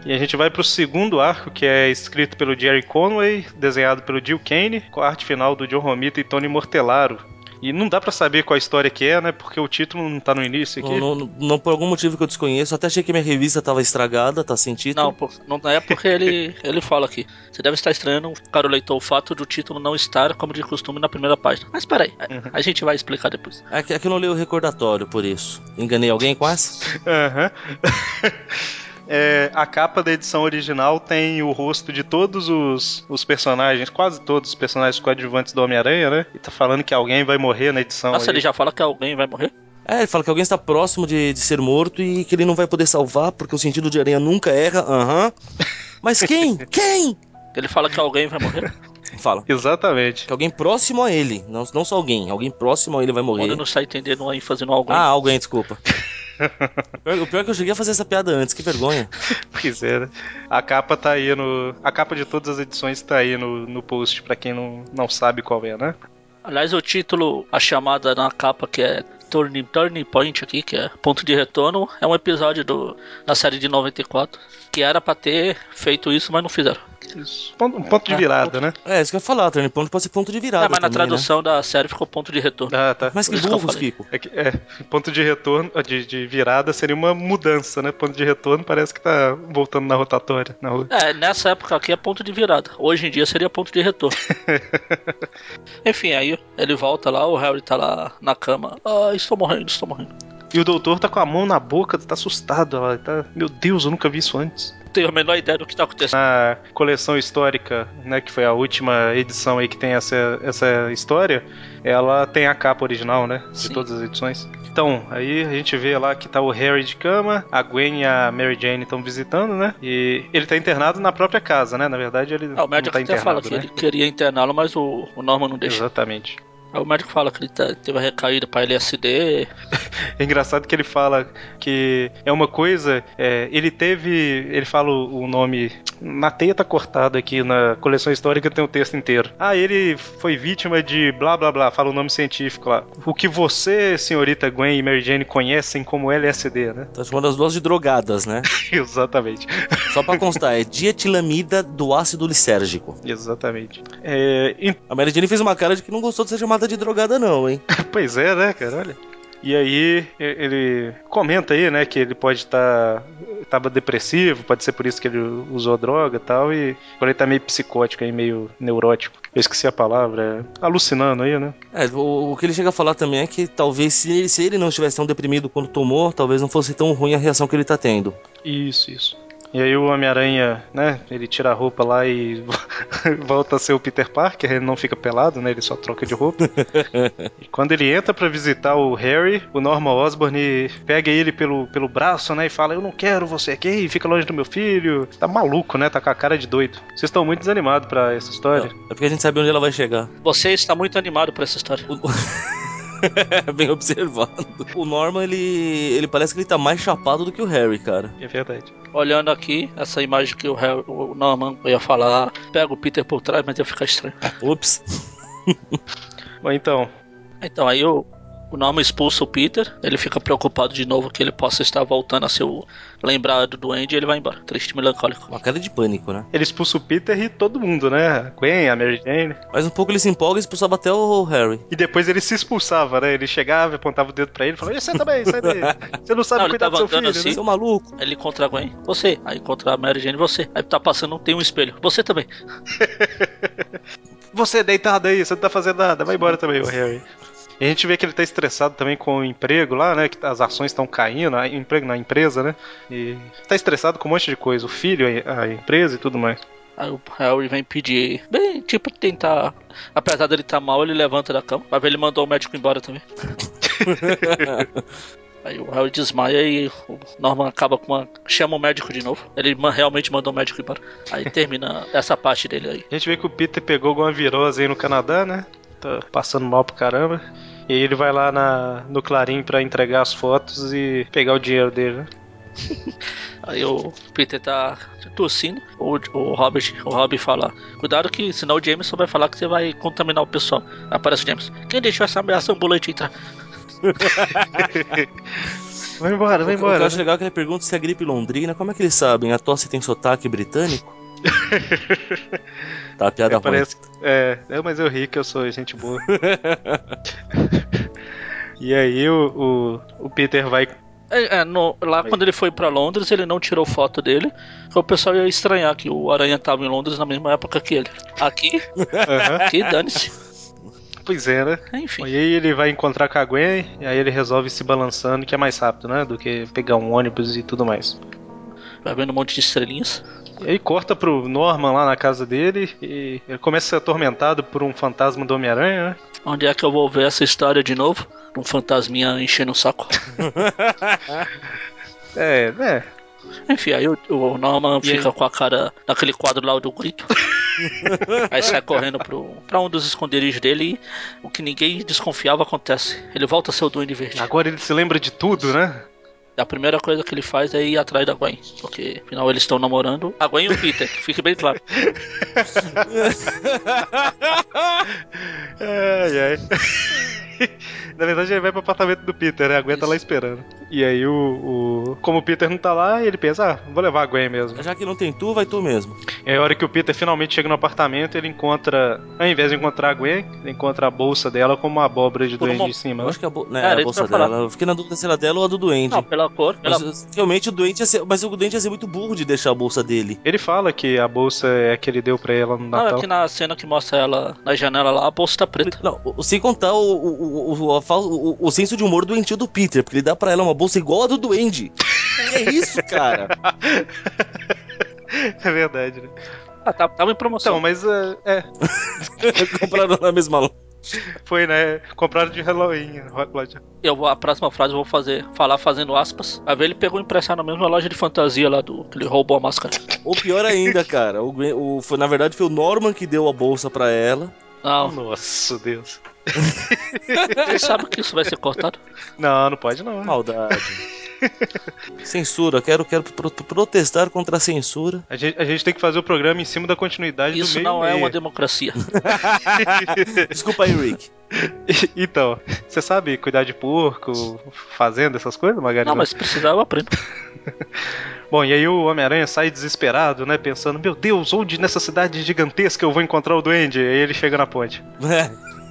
S1: E a gente vai pro segundo arco, que é escrito pelo Jerry Conway, desenhado pelo Jill Kane, com a arte final do John Romita e Tony Mortellaro. E não dá pra saber qual a história que é, né? Porque o título não tá no início aqui.
S3: não, não- não- por algum motivo que eu desconheço, até achei que minha revista tava estragada, tá sem título.
S2: Não, por- não é porque ele, ele fala aqui. Você deve estar estranhando, caro leitor, o fato do título não estar, como de costume, na primeira página. Mas peraí, a- a gente vai explicar depois.
S3: É que, é que eu não leio o recordatório, por isso. Enganei alguém com essa?
S1: Aham. É, a capa da edição original tem o rosto de todos os, os personagens, quase todos os personagens coadjuvantes do Homem-Aranha, né? E tá falando que alguém vai morrer na edição.
S2: Nossa,
S1: aí.
S2: ele já fala que alguém vai morrer?
S3: É, ele fala que alguém está próximo de, de ser morto e que ele não vai poder salvar, porque o sentido de aranha nunca erra, aham. Mas quem? quem?
S2: Ele fala que alguém vai morrer?
S3: fala.
S1: Exatamente.
S3: Que alguém próximo a ele, não, não só alguém, alguém próximo a ele vai
S2: Quando
S3: morrer.
S2: eu não sai entendendo a ênfase no algo.
S3: Ah, alguém, desculpa. O pior- o pior é que eu cheguei a fazer essa piada antes, que vergonha.
S1: Pois é, né? A capa tá aí no. A capa de todas as edições tá aí no, no post, pra quem não, não sabe qual é, né?
S2: Aliás, o título, a chamada na capa que é Turning, Turning Point aqui, que é Ponto de Retorno, é um episódio do, da série de 94, que era pra ter feito isso, mas não fizeram.
S1: Ponto- Um
S2: Ah,
S1: ponto de virada, né?
S3: É, isso que eu ia falar, turning point pode ser ponto de virada.
S2: É, mas na
S3: também, né?
S2: tradução da série ficou Ponto de Retorno.
S1: Ah, tá.
S3: Mas que
S2: Isso que eu
S3: burros,
S2: falei.
S3: Kiko.
S1: É, que- é, ponto de retorno, ah, de, de virada seria uma mudança, né? Ponto de retorno parece que tá voltando na rotatória, na rua.
S2: É, nessa época aqui é ponto de virada. Hoje em dia seria ponto de retorno. Enfim, aí ele volta lá, o Harry tá lá na cama. Ah, estou morrendo, estou morrendo.
S1: E o doutor tá com a mão na boca, tá assustado. ó, Tá... Meu Deus, eu nunca vi isso antes.
S2: Tenho a menor ideia do que tá acontecendo.
S1: Na coleção histórica, né, que foi a última edição aí que tem essa, essa história, ela tem a capa original, né? De
S2: Sim.
S1: todas as edições. Então, aí a gente vê lá que tá o Harry de cama, a Gwen e a Mary Jane estão visitando, né? E ele tá internado na própria casa, né? Na verdade, ele
S2: Ah, o
S1: não
S2: médico
S1: tá
S2: até fala
S1: internado,
S2: que
S1: né?
S2: ele queria interná-lo, mas o, o Norman não deixa.
S1: Exatamente.
S2: Aí o médico fala que ele tá- teve a recaída pra LSD.
S1: É engraçado que ele fala que é uma coisa. é, ele teve. Ele fala o o nome. Na teia tá cortado aqui, na coleção histórica tem o texto inteiro. Ah, ele foi vítima de blá blá blá, fala o nome científico lá. O que você, senhorita Gwen e Mary Jane conhecem como LSD, né?
S3: Tá chamando as duas de drogadas, né?
S1: Exatamente.
S3: Só pra constar, é dietilamida do ácido lisérgico.
S1: Exatamente. É, e-
S3: A Mary Jane fez uma cara de que não gostou de ser chamada de drogada, não, hein?
S1: pois é, né, cara? Olha. E aí, e- ele comenta aí, né, que ele pode estar. tava depressivo, pode ser por isso que ele usou droga e tal, e agora ele tá meio psicótico aí, meio neurótico. Eu esqueci a palavra, é, alucinando aí, né?
S3: É, o, o que ele chega a falar também é que talvez se ele, se ele não estivesse tão deprimido quando tomou, talvez não fosse tão ruim a reação que ele tá tendo.
S1: Isso, isso. E aí o Homem-Aranha, né, ele tira a roupa lá e volta a ser o Peter Parker, ele não fica pelado, né, ele só troca de roupa. e quando ele entra pra visitar o Harry, o Norman Osborn pega ele pelo, pelo braço, né, e fala, eu não quero você aqui, fica longe do meu filho. Tá maluco, né, tá com a cara de doido. Vocês estão muito desanimados pra essa história.
S3: É porque a gente sabe onde ela vai chegar.
S2: Você está muito animado pra essa história.
S3: O- o- Bem observado. O Norman, ele, ele parece que ele tá mais chapado do que o Harry, cara.
S1: É verdade.
S2: Olhando aqui, essa imagem que o, Harry, o Norman ia falar, pega o Peter por trás, mas ia ficar estranho.
S3: Ups.
S1: Bom, então,
S2: Então aí o, o Norman expulsa o Peter, ele fica preocupado de novo que ele possa estar voltando a ser o lembrado do Andy e ele vai embora, triste e melancólico.
S3: Uma cara de pânico, né?
S1: ele expulsa o Peter e todo mundo, né, a Gwen, a Mary Jane.
S3: Mas um pouco ele se empolga e expulsava até o Harry.
S1: E depois ele se expulsava, né? Ele chegava, apontava o dedo pra ele e falava: "E Você também, sai daí. Você não sabe
S2: Não, ele
S1: cuidar do
S2: tava
S1: seu filho,
S2: andando
S1: né?"
S2: assim.
S3: Seu maluco.
S2: Ele contra a Gwen, você. Aí contra a Mary Jane, você. Aí tá passando, tem um espelho, você também.
S1: Você deitado aí, você não tá fazendo nada, vai embora também, o Harry. E a gente vê que ele tá estressado também com o emprego lá, né? Que as ações estão caindo, a emprego na empresa, né? E tá estressado com um monte de coisa, o filho, a a empresa e tudo mais.
S2: Aí o Harry vem pedir, bem, tipo, tentar. Apesar dele tá mal, ele levanta da cama. Vai ver, ele mandou o médico embora também. Aí o Harry desmaia e o Norman acaba com uma. chama o médico de novo. Ele ma- realmente mandou o médico embora. Aí termina essa parte dele aí.
S1: A gente vê que o Peter pegou alguma virose aí no Canadá, né? Tá passando mal pro caramba. E aí ele vai lá na- no Clarim pra entregar as fotos e pegar o dinheiro dele, né?
S2: Aí o Peter tá tossindo, o, o Robert, o Rob fala, cuidado que senão o Jameson vai falar que você vai contaminar o pessoal. Aparece o Jameson. Quem deixou essa ameaça ambulante entrar?
S1: Vai embora, vai
S3: O que- O que eu
S1: embora.
S3: acho legal é que ele pergunta se é gripe londrina. Como é que eles sabem? A tosse tem sotaque britânico? tá, piada
S1: É,
S3: ruim.
S1: parece é, é, mas eu ri que eu sou gente boa. e aí o, o, o Peter vai.
S2: É, é, no- lá quando ele foi pra Londres, ele não tirou foto dele. O pessoal ia estranhar que o Aranha tava em Londres na mesma época que ele. Aqui,
S1: Aham.
S2: aqui, dane-se.
S1: Pois é, né? E
S2: Enfim.
S1: aí ele vai encontrar com a Gwen, e aí ele resolve se balançando, que é mais rápido, né? Do que pegar um ônibus e tudo mais.
S2: Vai vendo um monte de estrelinhas.
S1: E aí corta pro Norman lá na casa dele, e ele começa a ser atormentado por um fantasma do Homem-Aranha, né?
S2: Onde é que eu vou ver essa história de novo? Um fantasminha enchendo o saco.
S1: É, é.
S2: Enfim, aí o, o Norman
S1: E aí?
S2: fica com a cara naquele quadro lá do grito. Aí sai correndo pro, pra um dos esconderijos dele e o que ninguém desconfiava acontece. Ele volta a ser o Duende Verde.
S1: Agora ele se lembra de tudo, né?
S2: A primeira coisa que ele faz é ir atrás da Gwen. Porque afinal eles estão namorando a Gwen e o Peter, que fique bem claro.
S1: Ai, ai. Na verdade, ele vai pro apartamento do Peter, né? A Gwen tá lá esperando. E aí, o, o- Como o Peter não tá lá, ele pensa, ah, vou levar a Gwen mesmo.
S3: Já que não tem tu, vai tu mesmo.
S1: E aí, a hora que o Peter finalmente chega no apartamento, ele encontra... Ao invés de encontrar a Gwen, ele encontra a bolsa dela com uma abóbora de
S2: Por
S1: duende
S2: uma-
S1: em cima,
S3: Eu
S1: né?
S3: acho que a, bo- né,
S2: Cara,
S3: a
S2: isso
S3: bolsa
S2: que eu ia
S3: dela.
S2: falar.
S3: Eu fiquei na dúvida se era dela ou a do Duende.
S2: Não, pela cor, pela
S3: Mas, realmente o doente ia ser. Mas o doente ia ser muito burro de deixar a bolsa dele.
S1: Ele fala que a bolsa é a que ele deu pra ela no
S2: Não,
S1: Natal.
S2: é que na cena que mostra ela na janela lá, a bolsa tá preta.
S3: Não, o- sem contar o, o, o, o, a fal- o- o senso de humor doentio do Peter, porque ele dá pra ela uma bolsa igual a do Duende. que isso, cara?
S1: É verdade, né?
S2: Ah, tá, tava em
S1: Então,
S2: promoção.
S1: mas... é, é,
S3: Compraram na mesma loja.
S1: foi, né? Compraram de Halloween. Hot
S2: Eu vou, a próxima frase eu vou fazer, falar fazendo aspas. A ver, ele pegou emprestado na mesma loja de fantasia lá do que ele roubou a máscara.
S3: Ou pior ainda, cara, o, Gwen- o- foi, na verdade foi o Norman que deu a bolsa pra ela.
S2: Não,
S1: Nossa, Deus.
S2: você sabe que isso vai ser cortado?
S1: Não, não pode não. né?
S3: Maldade. Censura, quero, quero pro- pro- protestar contra a censura.
S1: A gente, a gente tem que fazer o programa em cima da continuidade do
S2: Isso
S1: meio
S2: não é uma
S1: meia.
S2: democracia.
S3: Desculpa aí, Rick.
S1: Então, você sabe cuidar de porco, fazenda, essas coisas, Magali?
S2: Não, mas se precisar eu aprendo.
S1: Bom, e aí o Homem-Aranha sai desesperado, né? Pensando, meu Deus, onde nessa cidade gigantesca eu vou encontrar o Duende? E aí ele chega na ponte,
S3: É,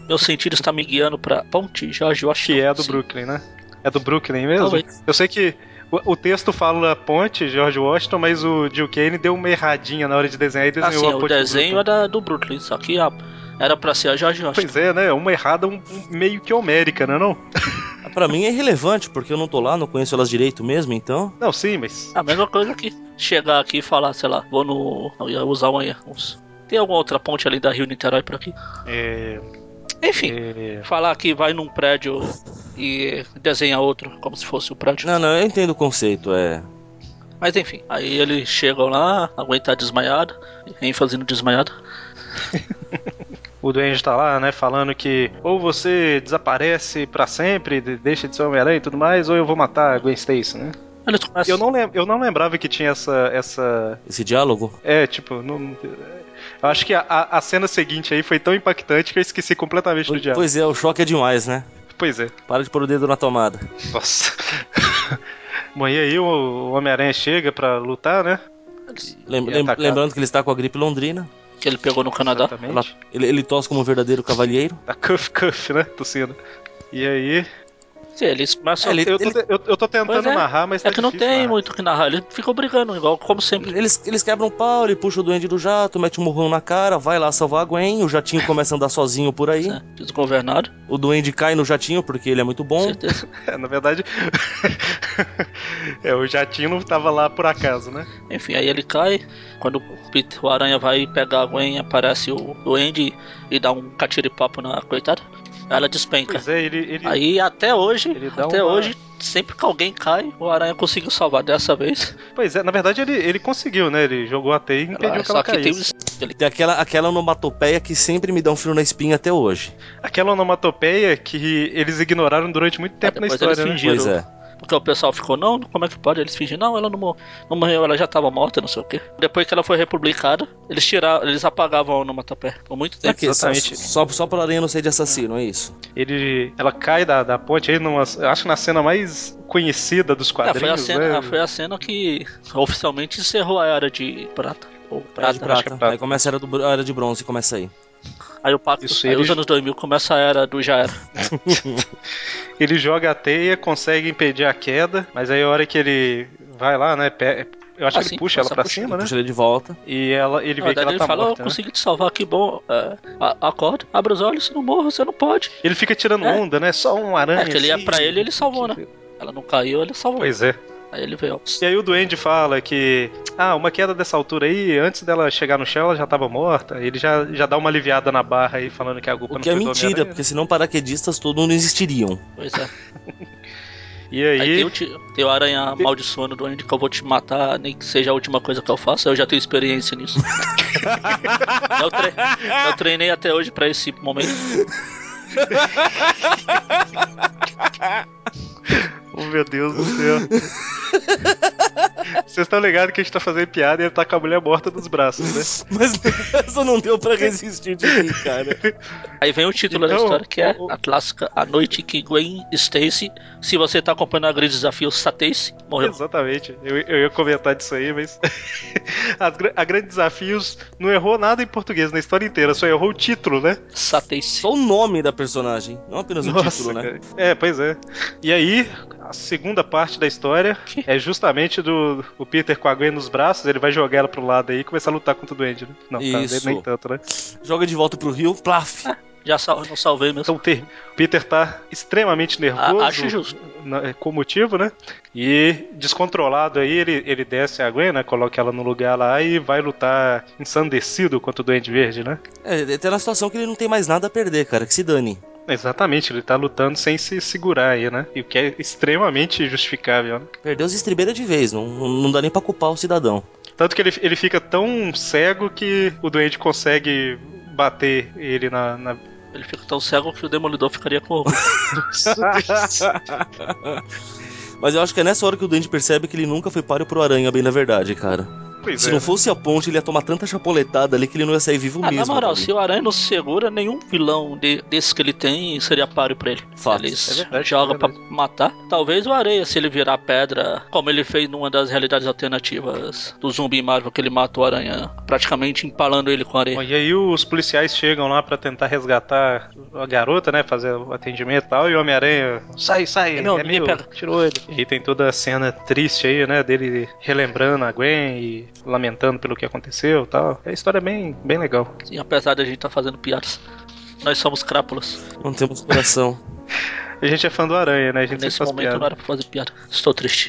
S2: Meu sentido está me guiando pra Ponte Jorge Washington.
S1: que é a do
S2: Sim.
S1: Brooklyn, né? É do Brooklyn mesmo?
S2: Talvez.
S1: Eu sei que o, o texto fala ponte, George Washington, mas o Jill Kane deu uma erradinha na hora de desenhar e
S2: Ah,
S1: desenhou
S2: sim,
S1: a
S2: o
S1: ponte. Assim, do
S2: desenho
S1: Brooklyn.
S2: era do Brooklyn, só que a- era pra ser a Jorge Washington.
S1: Pois é, né? Uma errada um, um meio que homérica, né? Não?
S3: Pra mim é irrelevante, porque eu não tô lá, não conheço elas direito mesmo, então.
S1: não, sim, mas
S2: A mesma coisa que chegar aqui e falar, sei lá, vou no. Eu ia usar amanhã. Tem alguma outra ponte ali da Rio Niterói por aqui?
S1: É,
S2: Enfim,
S1: é,
S2: falar que vai num prédio e desenha outro, como se fosse o prédio.
S3: Não, não, eu entendo o conceito, é.
S2: Mas enfim, aí eles chegam lá, aguentar desmaiado, ênfase no desmaiado.
S1: o Duende tá lá, né, falando que ou você desaparece pra sempre, de- deixa de ser Homem-Aranha e tudo mais, ou eu vou matar a Gwen Stacy, né?
S2: Eles começam.
S1: Eu não, lem- eu não lembrava que tinha essa... essa
S3: Esse diálogo.
S1: é, tipo, não... Eu acho que a, a- a cena seguinte aí foi tão impactante que eu esqueci completamente do diálogo.
S3: Pois é, o choque é demais, né?
S1: Pois é.
S3: Para de pôr o dedo na tomada.
S1: Nossa. Bom, e aí o o Homem-Aranha chega pra lutar, né?
S2: eles-
S3: Lem-
S1: E
S3: lem-
S1: atacado.
S3: lembrando que ele está com a gripe londrina.
S2: Que ele pegou no Canadá.
S3: Ela-
S1: Exatamente.
S3: ele, ele tosse como um verdadeiro cavalheiro.
S1: Da Cuff Cuff, né? Tossindo. E aí...
S2: Sim, eles começam.
S3: É, ele-
S1: eu, tô, te- eu, eu tô tentando
S2: Pois é.
S1: narrar, mas
S2: É
S1: tá
S2: que não
S1: difícil
S2: tem
S1: narrar.
S2: muito o que narrar. Eles ficam brigando, igual como sempre.
S3: Eles, eles quebram o pau, ele puxa o duende do jato, mete um murrão na cara, vai lá salvar a Gwen, o jatinho começa a andar sozinho por aí.
S2: né? Desgovernado,
S3: O duende cai no jatinho porque ele é muito
S2: com
S3: bom.
S2: certeza.
S1: É, na verdade, é, o Jatinho não tava lá por acaso, né?
S2: Enfim, aí ele cai. Quando o, Peter, o Aranha vai pegar a Gwen, aparece o Duende e dá um catiripapo na coitada. Ela despenca.
S1: Pois é, ele, ele
S2: Aí até hoje,
S1: Ele dá
S2: até
S1: uma-
S2: hoje, sempre que alguém cai, o Aranha conseguiu salvar dessa vez.
S1: pois é, na verdade ele, ele conseguiu, né? Ele jogou a teia e impediu que
S2: é Só
S1: ela
S2: que tem um
S1: caísse.
S2: os... ele-
S3: Tem aquela, aquela onomatopeia que sempre me dá um frio na espinha até hoje.
S1: Aquela onomatopeia que eles ignoraram durante muito tempo na
S2: Ah, depois
S1: história,
S2: eles
S1: né?
S2: Giro.
S3: Pois é.
S2: Porque o pessoal ficou, não, como é que pode? Eles fingem, não, ela não, mor- não morreu, ela já tava morta, não sei o quê. Depois que ela foi republicada, eles tiraram, eles apagavam o onomatopé por muito tempo. É,
S3: Aqui, só,
S1: exatamente.
S3: só, só pra aranha não ser de assassino, é isso.
S1: Ele, ela cai da, da ponte aí, numa, acho que na cena mais conhecida dos
S2: É,
S1: quadrinhos,
S2: foi, a cena,
S1: né?
S2: foi a cena que oficialmente encerrou a era de prata. Ou
S3: Era
S2: prata.
S3: de
S1: acho que é
S3: prata.
S1: prata.
S3: Aí começa a era, do, bro- a era de bronze, começa aí.
S2: Aí o pacto,
S1: Isso,
S2: aí
S1: ele-
S2: os anos 2000 começa a era do já era.
S1: Ele joga a teia, consegue impedir a queda, mas aí a hora que ele vai lá, né? pe- Eu acho
S2: Ah,
S1: que
S2: sim,
S1: ele puxa ela
S2: começa
S1: pra
S2: a puxar,
S1: cima, né?
S3: Puxa ele de volta.
S1: E ela, ele
S2: Na
S1: vê que
S2: verdade
S1: ela
S2: ele
S1: tá
S2: fala,
S1: morta.
S2: eu
S1: né?
S2: consegui te salvar, que bom. É, a- acorda, abre os olhos, não morra, você não pode.
S1: Ele fica tirando
S2: É.
S1: onda, né? Só um aranha.
S2: É, que ele ia
S1: assim.
S2: pra ele e ele salvou, né? Ela não caiu, ele salvou.
S1: Pois é.
S2: Aí ele veio. ó.
S1: E aí o Duende fala que, ah, uma queda dessa altura aí, antes dela chegar no chão, ela já tava morta. Ele já, já dá uma aliviada na barra aí, falando que a culpa
S3: O
S1: não
S3: que é
S1: foi do
S3: mentira,
S1: Homem-Aranha.
S3: porque senão paraquedistas todos não existiriam.
S2: Pois é.
S1: E aí.
S2: Aí tem o, ti- tem o aranha amaldiçoando do Andy que eu vou te matar, nem que seja a última coisa que eu faço, eu já tenho experiência nisso. eu, tre- eu treinei até hoje pra esse momento.
S1: Oh, meu Deus do céu. Vocês estão ligados que a gente tá fazendo piada e ele tá com a mulher morta nos braços, né?
S3: Mas essa não deu pra resistir de mim, cara.
S2: Aí vem o título da
S1: Então,
S2: história, que é
S1: o-
S2: a clássica A Noite que Gwen Stacy, se você tá acompanhando a grande desafio, Stacy morreu.
S1: Exatamente. Eu, eu ia comentar disso aí, mas. As gra- a Grande Desafios não errou nada em português na história inteira, só errou o título, né?
S2: Stacy.
S3: Só o nome da personagem, não apenas o
S1: Nossa,
S3: título, né?
S1: cara. É, pois é. E aí, a segunda parte da história é justamente do o Peter com a Gwen nos braços, ele vai jogar ela pro lado aí e começar a lutar contra o Duende, né? Não,
S3: Isso.
S1: Tá, nem tanto, né?
S3: Joga de volta pro Rio, plaf.
S2: Já sal- não salvei mesmo.
S1: Então ter- Peter tá
S3: Ah,
S1: extremamente nervoso.
S2: A- acho justo.
S1: na- com motivo, né? E descontrolado aí, ele, ele desce a Gwen, né? Coloca ela no lugar lá e vai lutar ensandecido contra o Duende Verde, né?
S3: É, até na situação que ele não tem mais nada a perder, cara, que se dane.
S1: Exatamente, ele tá lutando sem se segurar aí, né? E o que é extremamente justificável, né?
S3: Perdeu as estribeiras de vez, não, não dá nem pra culpar o cidadão.
S1: Tanto que ele, ele fica tão cego que o Duende consegue bater ele na. na...
S2: Ele fica tão cego que o Demolidor ficaria com orgulho.
S3: Mas eu acho que é nessa hora que o Duende percebe que ele nunca foi páreo pro Aranha, bem na verdade, cara.
S1: Pois
S3: Se
S1: é.
S3: não fosse a ponte, ele ia tomar tanta chapoletada ali que ele não ia sair vivo
S2: Ah,
S3: mesmo.
S2: na moral,
S3: cara.
S2: se o Aranha não se segura, nenhum vilão de, desse que ele tem seria páreo pra ele.
S3: Fato.
S2: Eles
S1: É verdade,
S2: jogam
S1: é
S2: pra
S1: verdade.
S2: matar. Talvez o Aranha, se ele virar pedra, como ele fez numa das realidades alternativas do zumbi Marvel, que ele mata o Aranha, praticamente empalando ele com a areia.
S1: Bom, e aí os policiais chegam lá pra tentar resgatar a garota, né? Fazer o atendimento e tal, e o Homem-Aranha. Sai, sai,
S2: Não,
S1: é
S2: ninguém
S1: meu.
S2: pega.
S1: Tirou ele. E aí tem toda a cena triste aí, né? Dele relembrando a Gwen e lamentando pelo que aconteceu e tal. É a história é bem, bem legal.
S2: E apesar de a gente tá fazendo piadas, nós somos crápulas.
S3: Não temos coração.
S1: A gente é fã do Aranha, né? A gente sempre
S2: Nesse
S1: faz
S2: momento
S1: piada.
S2: não era pra fazer piada. Estou triste.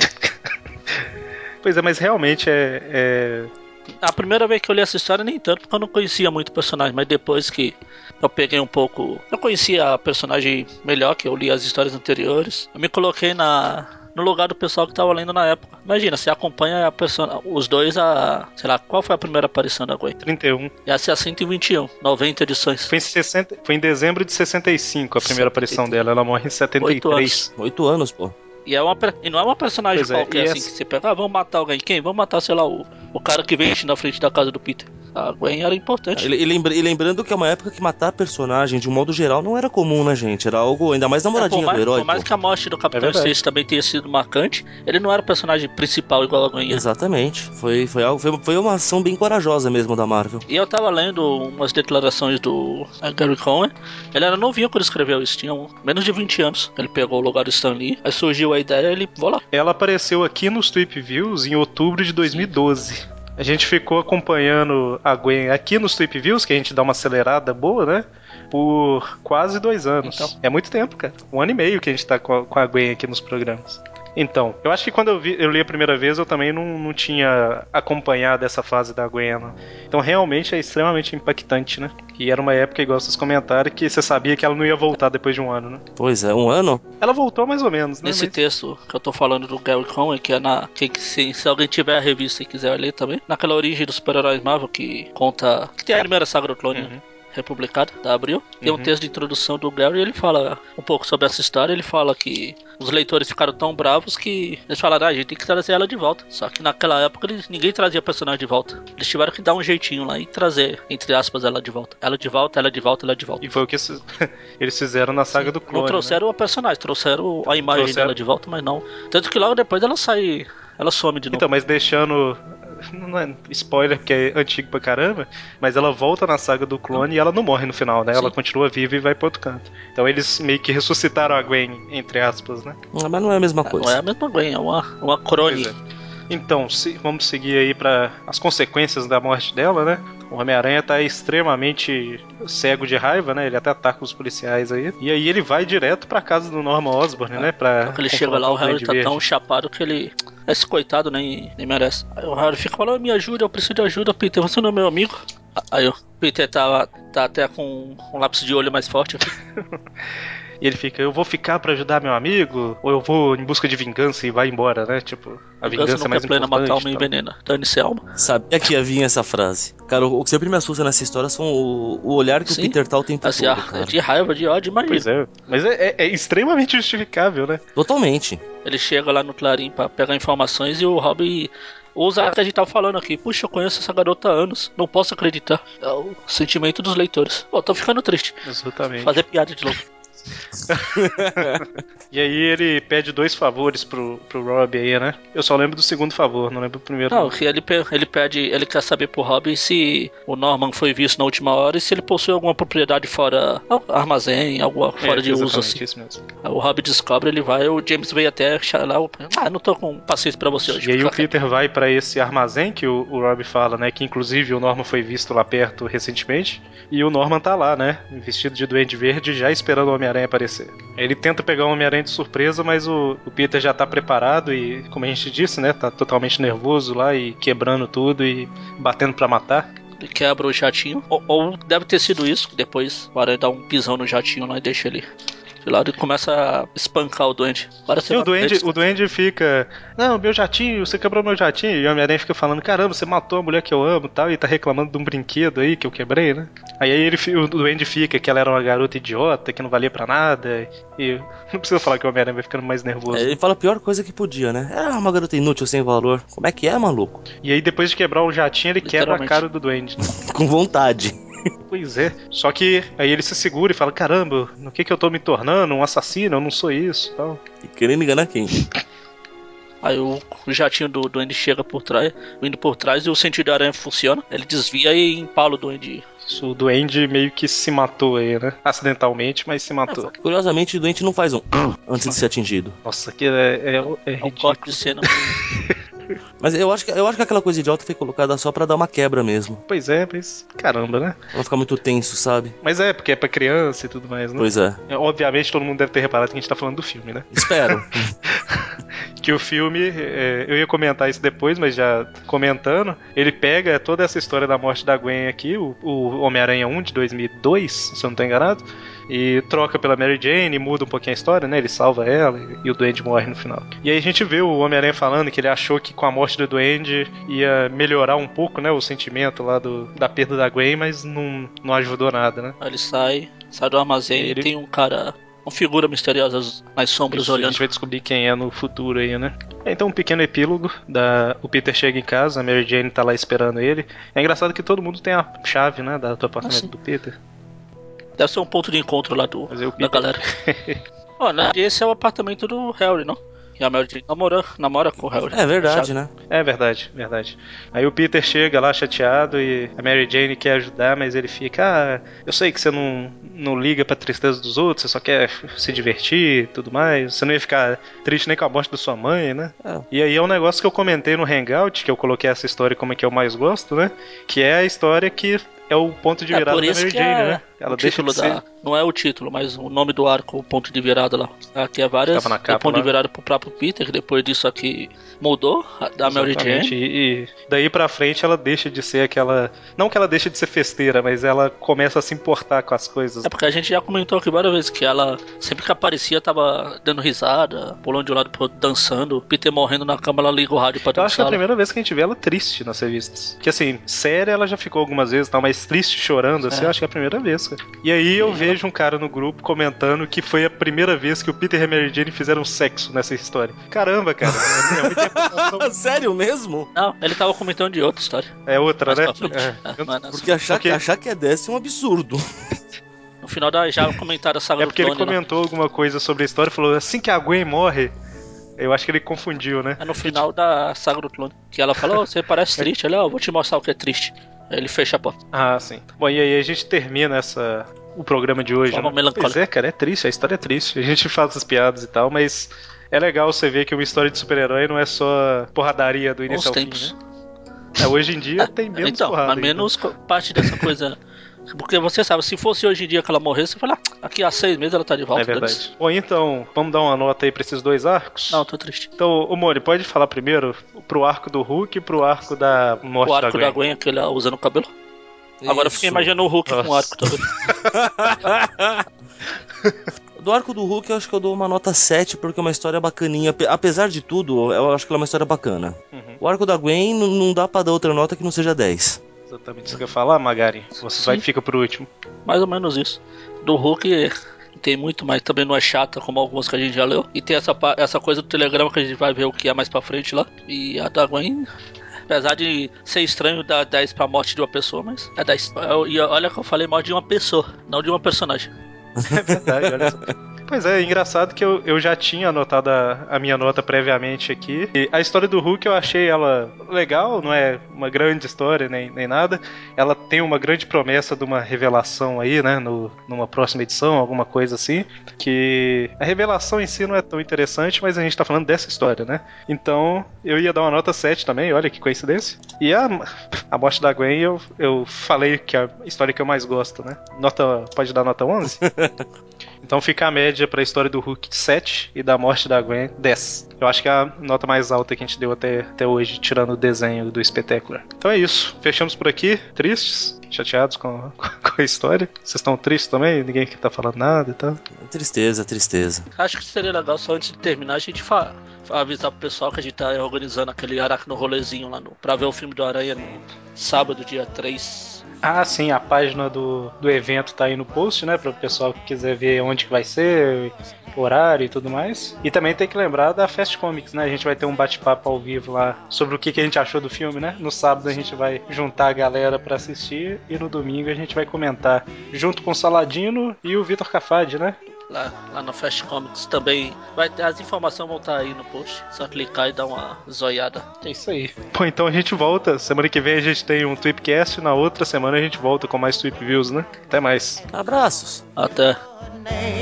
S1: Pois é, mas realmente é- é
S2: A primeira vez que eu li essa história, nem tanto, porque eu não conhecia muito o personagem, mas depois que eu peguei um pouco. Eu conhecia a personagem melhor, que eu li as histórias anteriores. Eu me coloquei na. No lugar do pessoal que tava lendo na época. Imagina, você acompanha a persona, os dois a. Sei lá, qual foi a primeira aparição da Gwen?
S1: 31.
S2: Essa é a 121, 90 edições.
S1: Foi em, 60 foi em dezembro de 65 a primeira aparição dela. Ela morre em
S2: Oito
S1: 73.
S2: anos.
S3: Oito anos, pô.
S2: E, é uma, per- e não é uma personagem
S1: Pois é,
S2: qualquer
S1: e
S2: assim
S1: essa-
S2: que você pega, ah, vamos matar alguém. Quem? Vamos matar, sei lá, o, o cara que vem na frente da casa do Peter. A Gwen era importante.
S3: E, e lembra- e lembrando que é uma época que matar personagem, de um modo geral, não era comum, né, gente? Era algo ainda
S2: É,
S3: mais
S2: por,
S3: namoradinha
S2: mais,
S3: do herói.
S2: por mais
S3: pô.
S2: que a morte do
S1: É
S2: Capitão
S1: verdade.
S2: Stacy também tenha sido marcante, ele não era o personagem principal igual a Gwen.
S3: Exatamente. Foi, foi, algo- foi, foi uma ação bem corajosa mesmo da Marvel.
S2: E eu tava lendo umas declarações do eh, Gary Cohen. Ele era novinho quando escreveu isso, tinha um- menos de 20 anos. Ele pegou o lugar do Stan Lee, aí surgiu a ideia ele, vou lá.
S1: Ela apareceu aqui nos Trip Views em outubro de 2012. A gente ficou acompanhando a Gwen aqui nos Trip Views, que a gente dá uma acelerada boa, né? Por quase dois anos.
S2: Então.
S1: É muito tempo, cara. Um ano e meio que a gente tá com a, com a Gwen aqui nos programas. Então, eu acho que quando eu, vi- eu li a primeira vez, eu também não, não tinha acompanhado essa fase da Gwen. né? Então, realmente é extremamente impactante, né? E era uma época, igual vocês comentaram, que você sabia que ela não ia voltar depois de um ano, né?
S3: Pois é, um ano?
S1: Ela voltou mais ou menos, né?
S2: Nesse
S1: Mas-
S2: texto que eu tô falando do Gary Cohen, que é na. Que, que se, se alguém tiver a revista e quiser ler também, naquela origem dos super-heróis Marvel que conta. que tem a primeira saga do clone
S1: Uhum.
S2: republicada, da Abril, tem um
S1: Uhum.
S2: texto de introdução do Gary e ele fala um pouco sobre essa história. Ele fala que os leitores ficaram tão bravos que eles falaram, ah, a gente tem que trazer ela de volta. Só que naquela época eles, ninguém trazia personagem de volta. Eles tiveram que dar um jeitinho lá e trazer, entre aspas, ela de volta. Ela de volta, ela de volta, ela de volta.
S1: E foi o que isso- eles fizeram na saga do clone. né?
S2: Não trouxeram a personagem, trouxeram a imagem
S1: Trouxeram.
S2: dela de volta, mas não. Tanto que logo depois ela sai, ela some de
S1: né?
S2: novo.
S1: Então, mas deixando. Não é spoiler, porque é antigo pra caramba. Mas ela volta na saga do clone e ela não morre no final, né? Ela
S2: Sim.
S1: continua viva e vai pro outro canto. Então eles meio que ressuscitaram a Gwen, entre aspas, né?
S3: Ah, Mas não é a mesma
S2: não é
S3: coisa.
S2: a mesma Gwen, é uma, uma crônica.
S1: Pois Então, se- vamos seguir aí para as consequências da morte dela, né? O Homem-Aranha tá extremamente cego de raiva, né? Ele até ataca os policiais aí. E aí ele vai direto pra casa do Norman Osborn, né? Pra
S2: Ah, Quando ele chega lá,
S1: confrontar
S2: o Harry
S1: Duende
S2: tá
S1: Verde.
S2: tão chapado que ele. Esse coitado nem, nem merece. Aí o Harry fica falando, me ajuda, eu preciso de ajuda, Peter, você não é meu amigo? Aí o Peter tá, tá até com um lápis de olho mais forte.
S1: E ele fica, eu vou ficar pra ajudar meu amigo, ou eu vou em busca de vingança e vai embora, né? Tipo, a vingança,
S2: Vingança
S1: é
S2: não
S1: mais
S2: quer plena,
S1: importante.
S2: matar uma
S1: e tal.
S2: envenena. Dane-se a alma.
S3: Sabia que ia vir essa frase. Cara, o o que sempre me assusta nessa história são o, o olhar que
S2: Sim.
S3: o Peter tá o tempo
S2: Assim,
S3: todo,
S2: ah,
S3: cara.
S2: de raiva, de ódio, imagina.
S1: Pois é, mas é, é- é extremamente justificável, né?
S3: Totalmente.
S2: Ele chega lá no Clarim pra pegar informações e o Rob usa a que a gente tava falando aqui. Puxa, eu conheço essa garota há anos, não posso acreditar. É o sentimento dos leitores. Pô, tô ficando triste.
S1: Exatamente.
S2: Fazer piada de novo.
S1: E aí ele pede dois favores pro, pro Rob aí, né? Eu só lembro do segundo favor, não lembro do primeiro.
S2: Não, que ele, pe- ele pede, ele quer saber pro Robin se o Norman foi visto na última hora e se ele possui alguma propriedade fora al- armazém, alguma fora
S1: É,
S2: de uso
S1: exatamente,
S2: assim.
S1: Isso mesmo.
S2: Aí o Robin descobre, ele vai, o James veio até achar lá, o- ah, não tô com paciência pra você hoje.
S1: E aí o
S2: fica quieto."
S1: Peter vai pra esse armazém que o, o Rob fala, né? Que inclusive o Norman foi visto lá perto recentemente. E o Norman tá lá, né? Vestido de Duende Verde, já esperando o Homem-Aranha aparecer. Ele tenta pegar o Homem-Aranha de surpresa, mas o, o Peter já tá preparado e, como a gente disse, né? Tá totalmente nervoso lá e quebrando tudo e batendo pra matar.
S2: Ele quebra o jatinho, ou, ou deve ter sido isso, que depois o Aranha dá um pisão no jatinho lá e deixa ele de lado e começa a espancar o doente. Agora você
S1: E o
S2: vai-
S1: duende,
S2: ele-
S1: o duende fica. Não, meu jatinho, você quebrou meu jatinho. E o Homem-Aranha fica falando: caramba, você matou a mulher que eu amo e tal. E tá reclamando de um brinquedo aí que eu quebrei, né? Aí ele, fi- o duende fica que ela era uma garota idiota, que não valia pra nada. E não precisa falar que o Homem-Aranha vai ficando mais nervoso.
S3: É, Ele fala a pior coisa que podia, né? É uma garota inútil, sem valor. Como é que é, maluco?
S1: E aí depois de quebrar o jatinho, ele quebra a
S2: Literalmente.
S1: cara do duende. né?
S3: Com vontade.
S1: pois é. Só que aí ele se segura e fala: caramba, no que que eu tô me tornando? Um assassino? Eu não sou isso e tal.
S3: E querendo enganar quem?
S2: Aí o o jatinho do duende chega por trás, vindo por trás e o sentido da aranha funciona. Ele desvia e empala o duende.
S1: Isso, o duende meio que se matou aí, né? Acidentalmente, mas se matou.
S3: Curiosamente, o doente não faz um antes de ser atingido.
S1: Nossa, que é, é, é
S2: É um
S1: ridículo.
S2: corte de cena.
S3: Mas eu acho que, eu acho que aquela coisa idiota foi colocada só pra dar uma quebra mesmo.
S1: Pois é, mas caramba, né?
S3: Pra não ficar muito tenso, sabe?
S1: Mas é, porque é pra criança e tudo mais, né?
S3: Pois é.
S1: É, Obviamente todo mundo deve ter reparado que a gente tá falando do filme, né?
S3: Espero.
S1: Que o filme, é, eu ia comentar isso depois, mas já comentando, ele pega toda essa história da morte da Gwen aqui, o, o Homem-Aranha 1 de 2002, se eu não tô enganado, e troca pela Mary Jane, muda um pouquinho a história, né? Ele salva ela e, e o Duende morre no final. E aí a gente vê o Homem-Aranha falando que ele achou que com a morte do Duende ia melhorar um pouco, né? O sentimento lá do, da perda da Gwen, mas não, não ajudou nada, né?
S2: Aí ele sai, sai do armazém
S1: Ele-
S2: e tem um cara, uma figura misteriosa nas sombras
S1: Isso, A
S2: olhando.
S1: gente vai descobrir quem é no futuro aí, né? Então, um pequeno epílogo. Da... O Peter chega em casa, a Mary Jane tá lá esperando ele. É engraçado que todo mundo tem a chave, né? da- Do apartamento
S2: Ah, sim.
S1: do Peter.
S2: Deve ser um ponto de encontro lá do,
S1: Mas eu-
S2: da galera. Ó, né, esse é o apartamento do Harry, não? E a Mary Jane namora, namora com o Harry.
S3: É verdade, né?
S1: É verdade, verdade. Aí o Peter chega lá chateado e a Mary Jane quer ajudar, mas ele fica. Ah, eu sei que você não, não liga pra tristeza dos outros, você só quer se divertir e tudo mais. Você não ia ficar triste nem com a morte da sua mãe, né?
S3: É.
S1: E aí é um negócio que eu comentei no Hangout, que eu coloquei essa história como é que eu mais gosto, né? Que é a história que é o ponto de
S2: É,
S1: virada
S2: por
S1: da
S2: isso
S1: Mary
S2: que
S1: Jane,
S2: é
S1: né? Ela
S2: o
S1: deixa
S2: título
S1: de ser.
S2: da. Não é o título, mas o nome do arco, o ponto de virada lá. Aqui é várias.
S1: Tava na capa
S2: o ponto
S1: lá.
S2: de virada pro próprio Peter, que depois disso aqui mudou, a- da Mary
S1: Exatamente,
S2: Jane.
S1: E, e daí pra frente ela deixa de ser aquela. Não que ela deixa de ser festeira, mas ela começa a se importar com as coisas.
S2: É porque a gente já comentou aqui várias vezes que ela, sempre que aparecia, tava dando risada, pulando de um lado pro outro, dançando. O Peter morrendo na cama, ela liga o rádio pra
S1: Eu acho que é a
S2: dançar.
S1: primeira vez que a gente vê ela triste nas revistas. Que assim, séria ela já ficou algumas vezes, tal, mas triste, chorando, assim,
S2: É.
S1: eu acho que é a primeira vez. cara. E aí eu vejo um cara no grupo comentando que foi a primeira vez que o Peter e a Mary Jane fizeram sexo nessa história. Caramba, cara, é, é muita emoção.
S3: né? Sério mesmo?
S2: Não, ele tava comentando de outra história.
S1: É outra,
S2: Mas
S1: né?
S2: pra frente.
S1: É.
S2: É, mas
S3: Porque achar,
S1: Porque-
S3: achar que é dessa é um absurdo.
S2: No final da, já comentaram a saga
S1: É porque
S2: do
S1: ele
S2: Tony, né? lá.
S1: comentou alguma coisa sobre a história e falou assim que a Gwen morre. Eu acho que ele confundiu, né?
S2: É no final da saga do clone. Que ela fala, "Ô, você parece
S1: É.
S2: triste. Ele, ó, vou te mostrar o que é triste. Aí ele fecha a porta.
S1: Ah, sim. Bom, e aí a gente termina essa o programa de hoje.
S2: Forma
S1: né?
S2: melancólica.
S1: Pois é, cara, é triste, a história é triste. A gente faz as piadas e tal, mas é legal você ver que uma história de super-herói não é só porradaria do
S2: Bons
S1: início ao fim,
S2: tempos.
S1: né? É, hoje em dia tem menos
S2: então,
S1: porrada. né?
S2: mas
S1: ainda.
S2: menos co- parte dessa coisa. né? Porque você sabe, se fosse hoje em dia que ela morresse, você fala, "Ah, aqui há seis meses ela tá de volta.
S1: É
S2: dane-se."
S1: verdade. Bom, então, vamos dar uma nota aí pra esses dois arcos?
S2: Não, tô triste.
S1: Então, ô Mori, pode falar primeiro pro arco do Hulk e pro arco da morte
S2: o arco
S1: da
S2: da
S1: Gwen.
S2: Gwen, aquele lá usando o cabelo. Agora eu
S3: Isso.
S2: fiquei imaginando o Hulk com o
S1: Nossa.
S2: arco também.
S3: Do arco do Hulk, eu acho que eu dou uma nota 7, porque é uma história bacaninha. Ape- Apesar de tudo, eu acho que ela é uma história bacana.
S1: Uhum.
S3: O arco da Gwen n- não dá pra dar outra nota que não seja 10.
S1: Exatamente isso que eu ia falar, Magari. Você vai e fica por último.
S2: Mais ou menos isso. Do Hulk tem muito, mas também não é chata como algumas que a gente já leu. E tem essa, pa- essa coisa do Telegrama que a gente vai ver o que é mais pra frente lá. E a da Gwen, apesar de ser estranho dar 10 pra morte de uma pessoa, mas é 10. E olha que eu falei morte de uma pessoa, não de uma personagem.
S1: É verdade, olha só. Pois é, engraçado que eu, eu já tinha anotado a, a minha nota previamente aqui. E a história do Hulk eu achei ela legal, não é uma grande história nem, nem nada. Ela tem uma grande promessa de uma revelação aí, né? No, numa próxima edição, alguma coisa assim. Que a revelação em si não é tão interessante, mas a gente tá falando dessa história, né? Então eu ia dar uma nota 7 também, olha que coincidência. E a, a morte da Gwen eu, eu falei que é a história que eu mais gosto, né? Nota, pode dar nota 11? Então fica a média pra história do Hulk de 7 e da morte da Gwen 10. Eu acho que é a nota mais alta que a gente deu até, até hoje, tirando o desenho do Spectacular. Então é isso. Fechamos por aqui. Tristes? Chateados com, com a história? Vocês estão tristes também? Ninguém aqui tá falando nada e tal?
S3: Tristeza, tristeza.
S2: Acho que seria legal só antes de terminar a gente fa- fa- avisar pro pessoal que a gente tá organizando aquele Aracno rolezinho lá no, pra ver o filme do Aranha no sábado, dia 3.
S1: Ah, sim. A página do, do evento tá aí no post, né? Para o pessoal que quiser ver onde que vai ser, horário e tudo mais. E também tem que lembrar da Fast Comics, né? A gente vai ter um bate-papo ao vivo lá sobre o que, que a gente achou do filme, né? No sábado a gente vai juntar a galera pra assistir e no domingo a gente vai comentar junto com o Saladino e o Vitor Cafade, né?
S2: lá, lá na Fast Comics também. Vai ter, as informações vão estar aí no post. Só clicar e dar uma zoiada.
S1: É isso aí. Bom, então a gente volta. Semana que vem a gente tem um Tweepcast. Na outra semana a gente volta com mais Tweep Views, né? Até mais.
S3: Abraços!
S2: Até.
S5: name.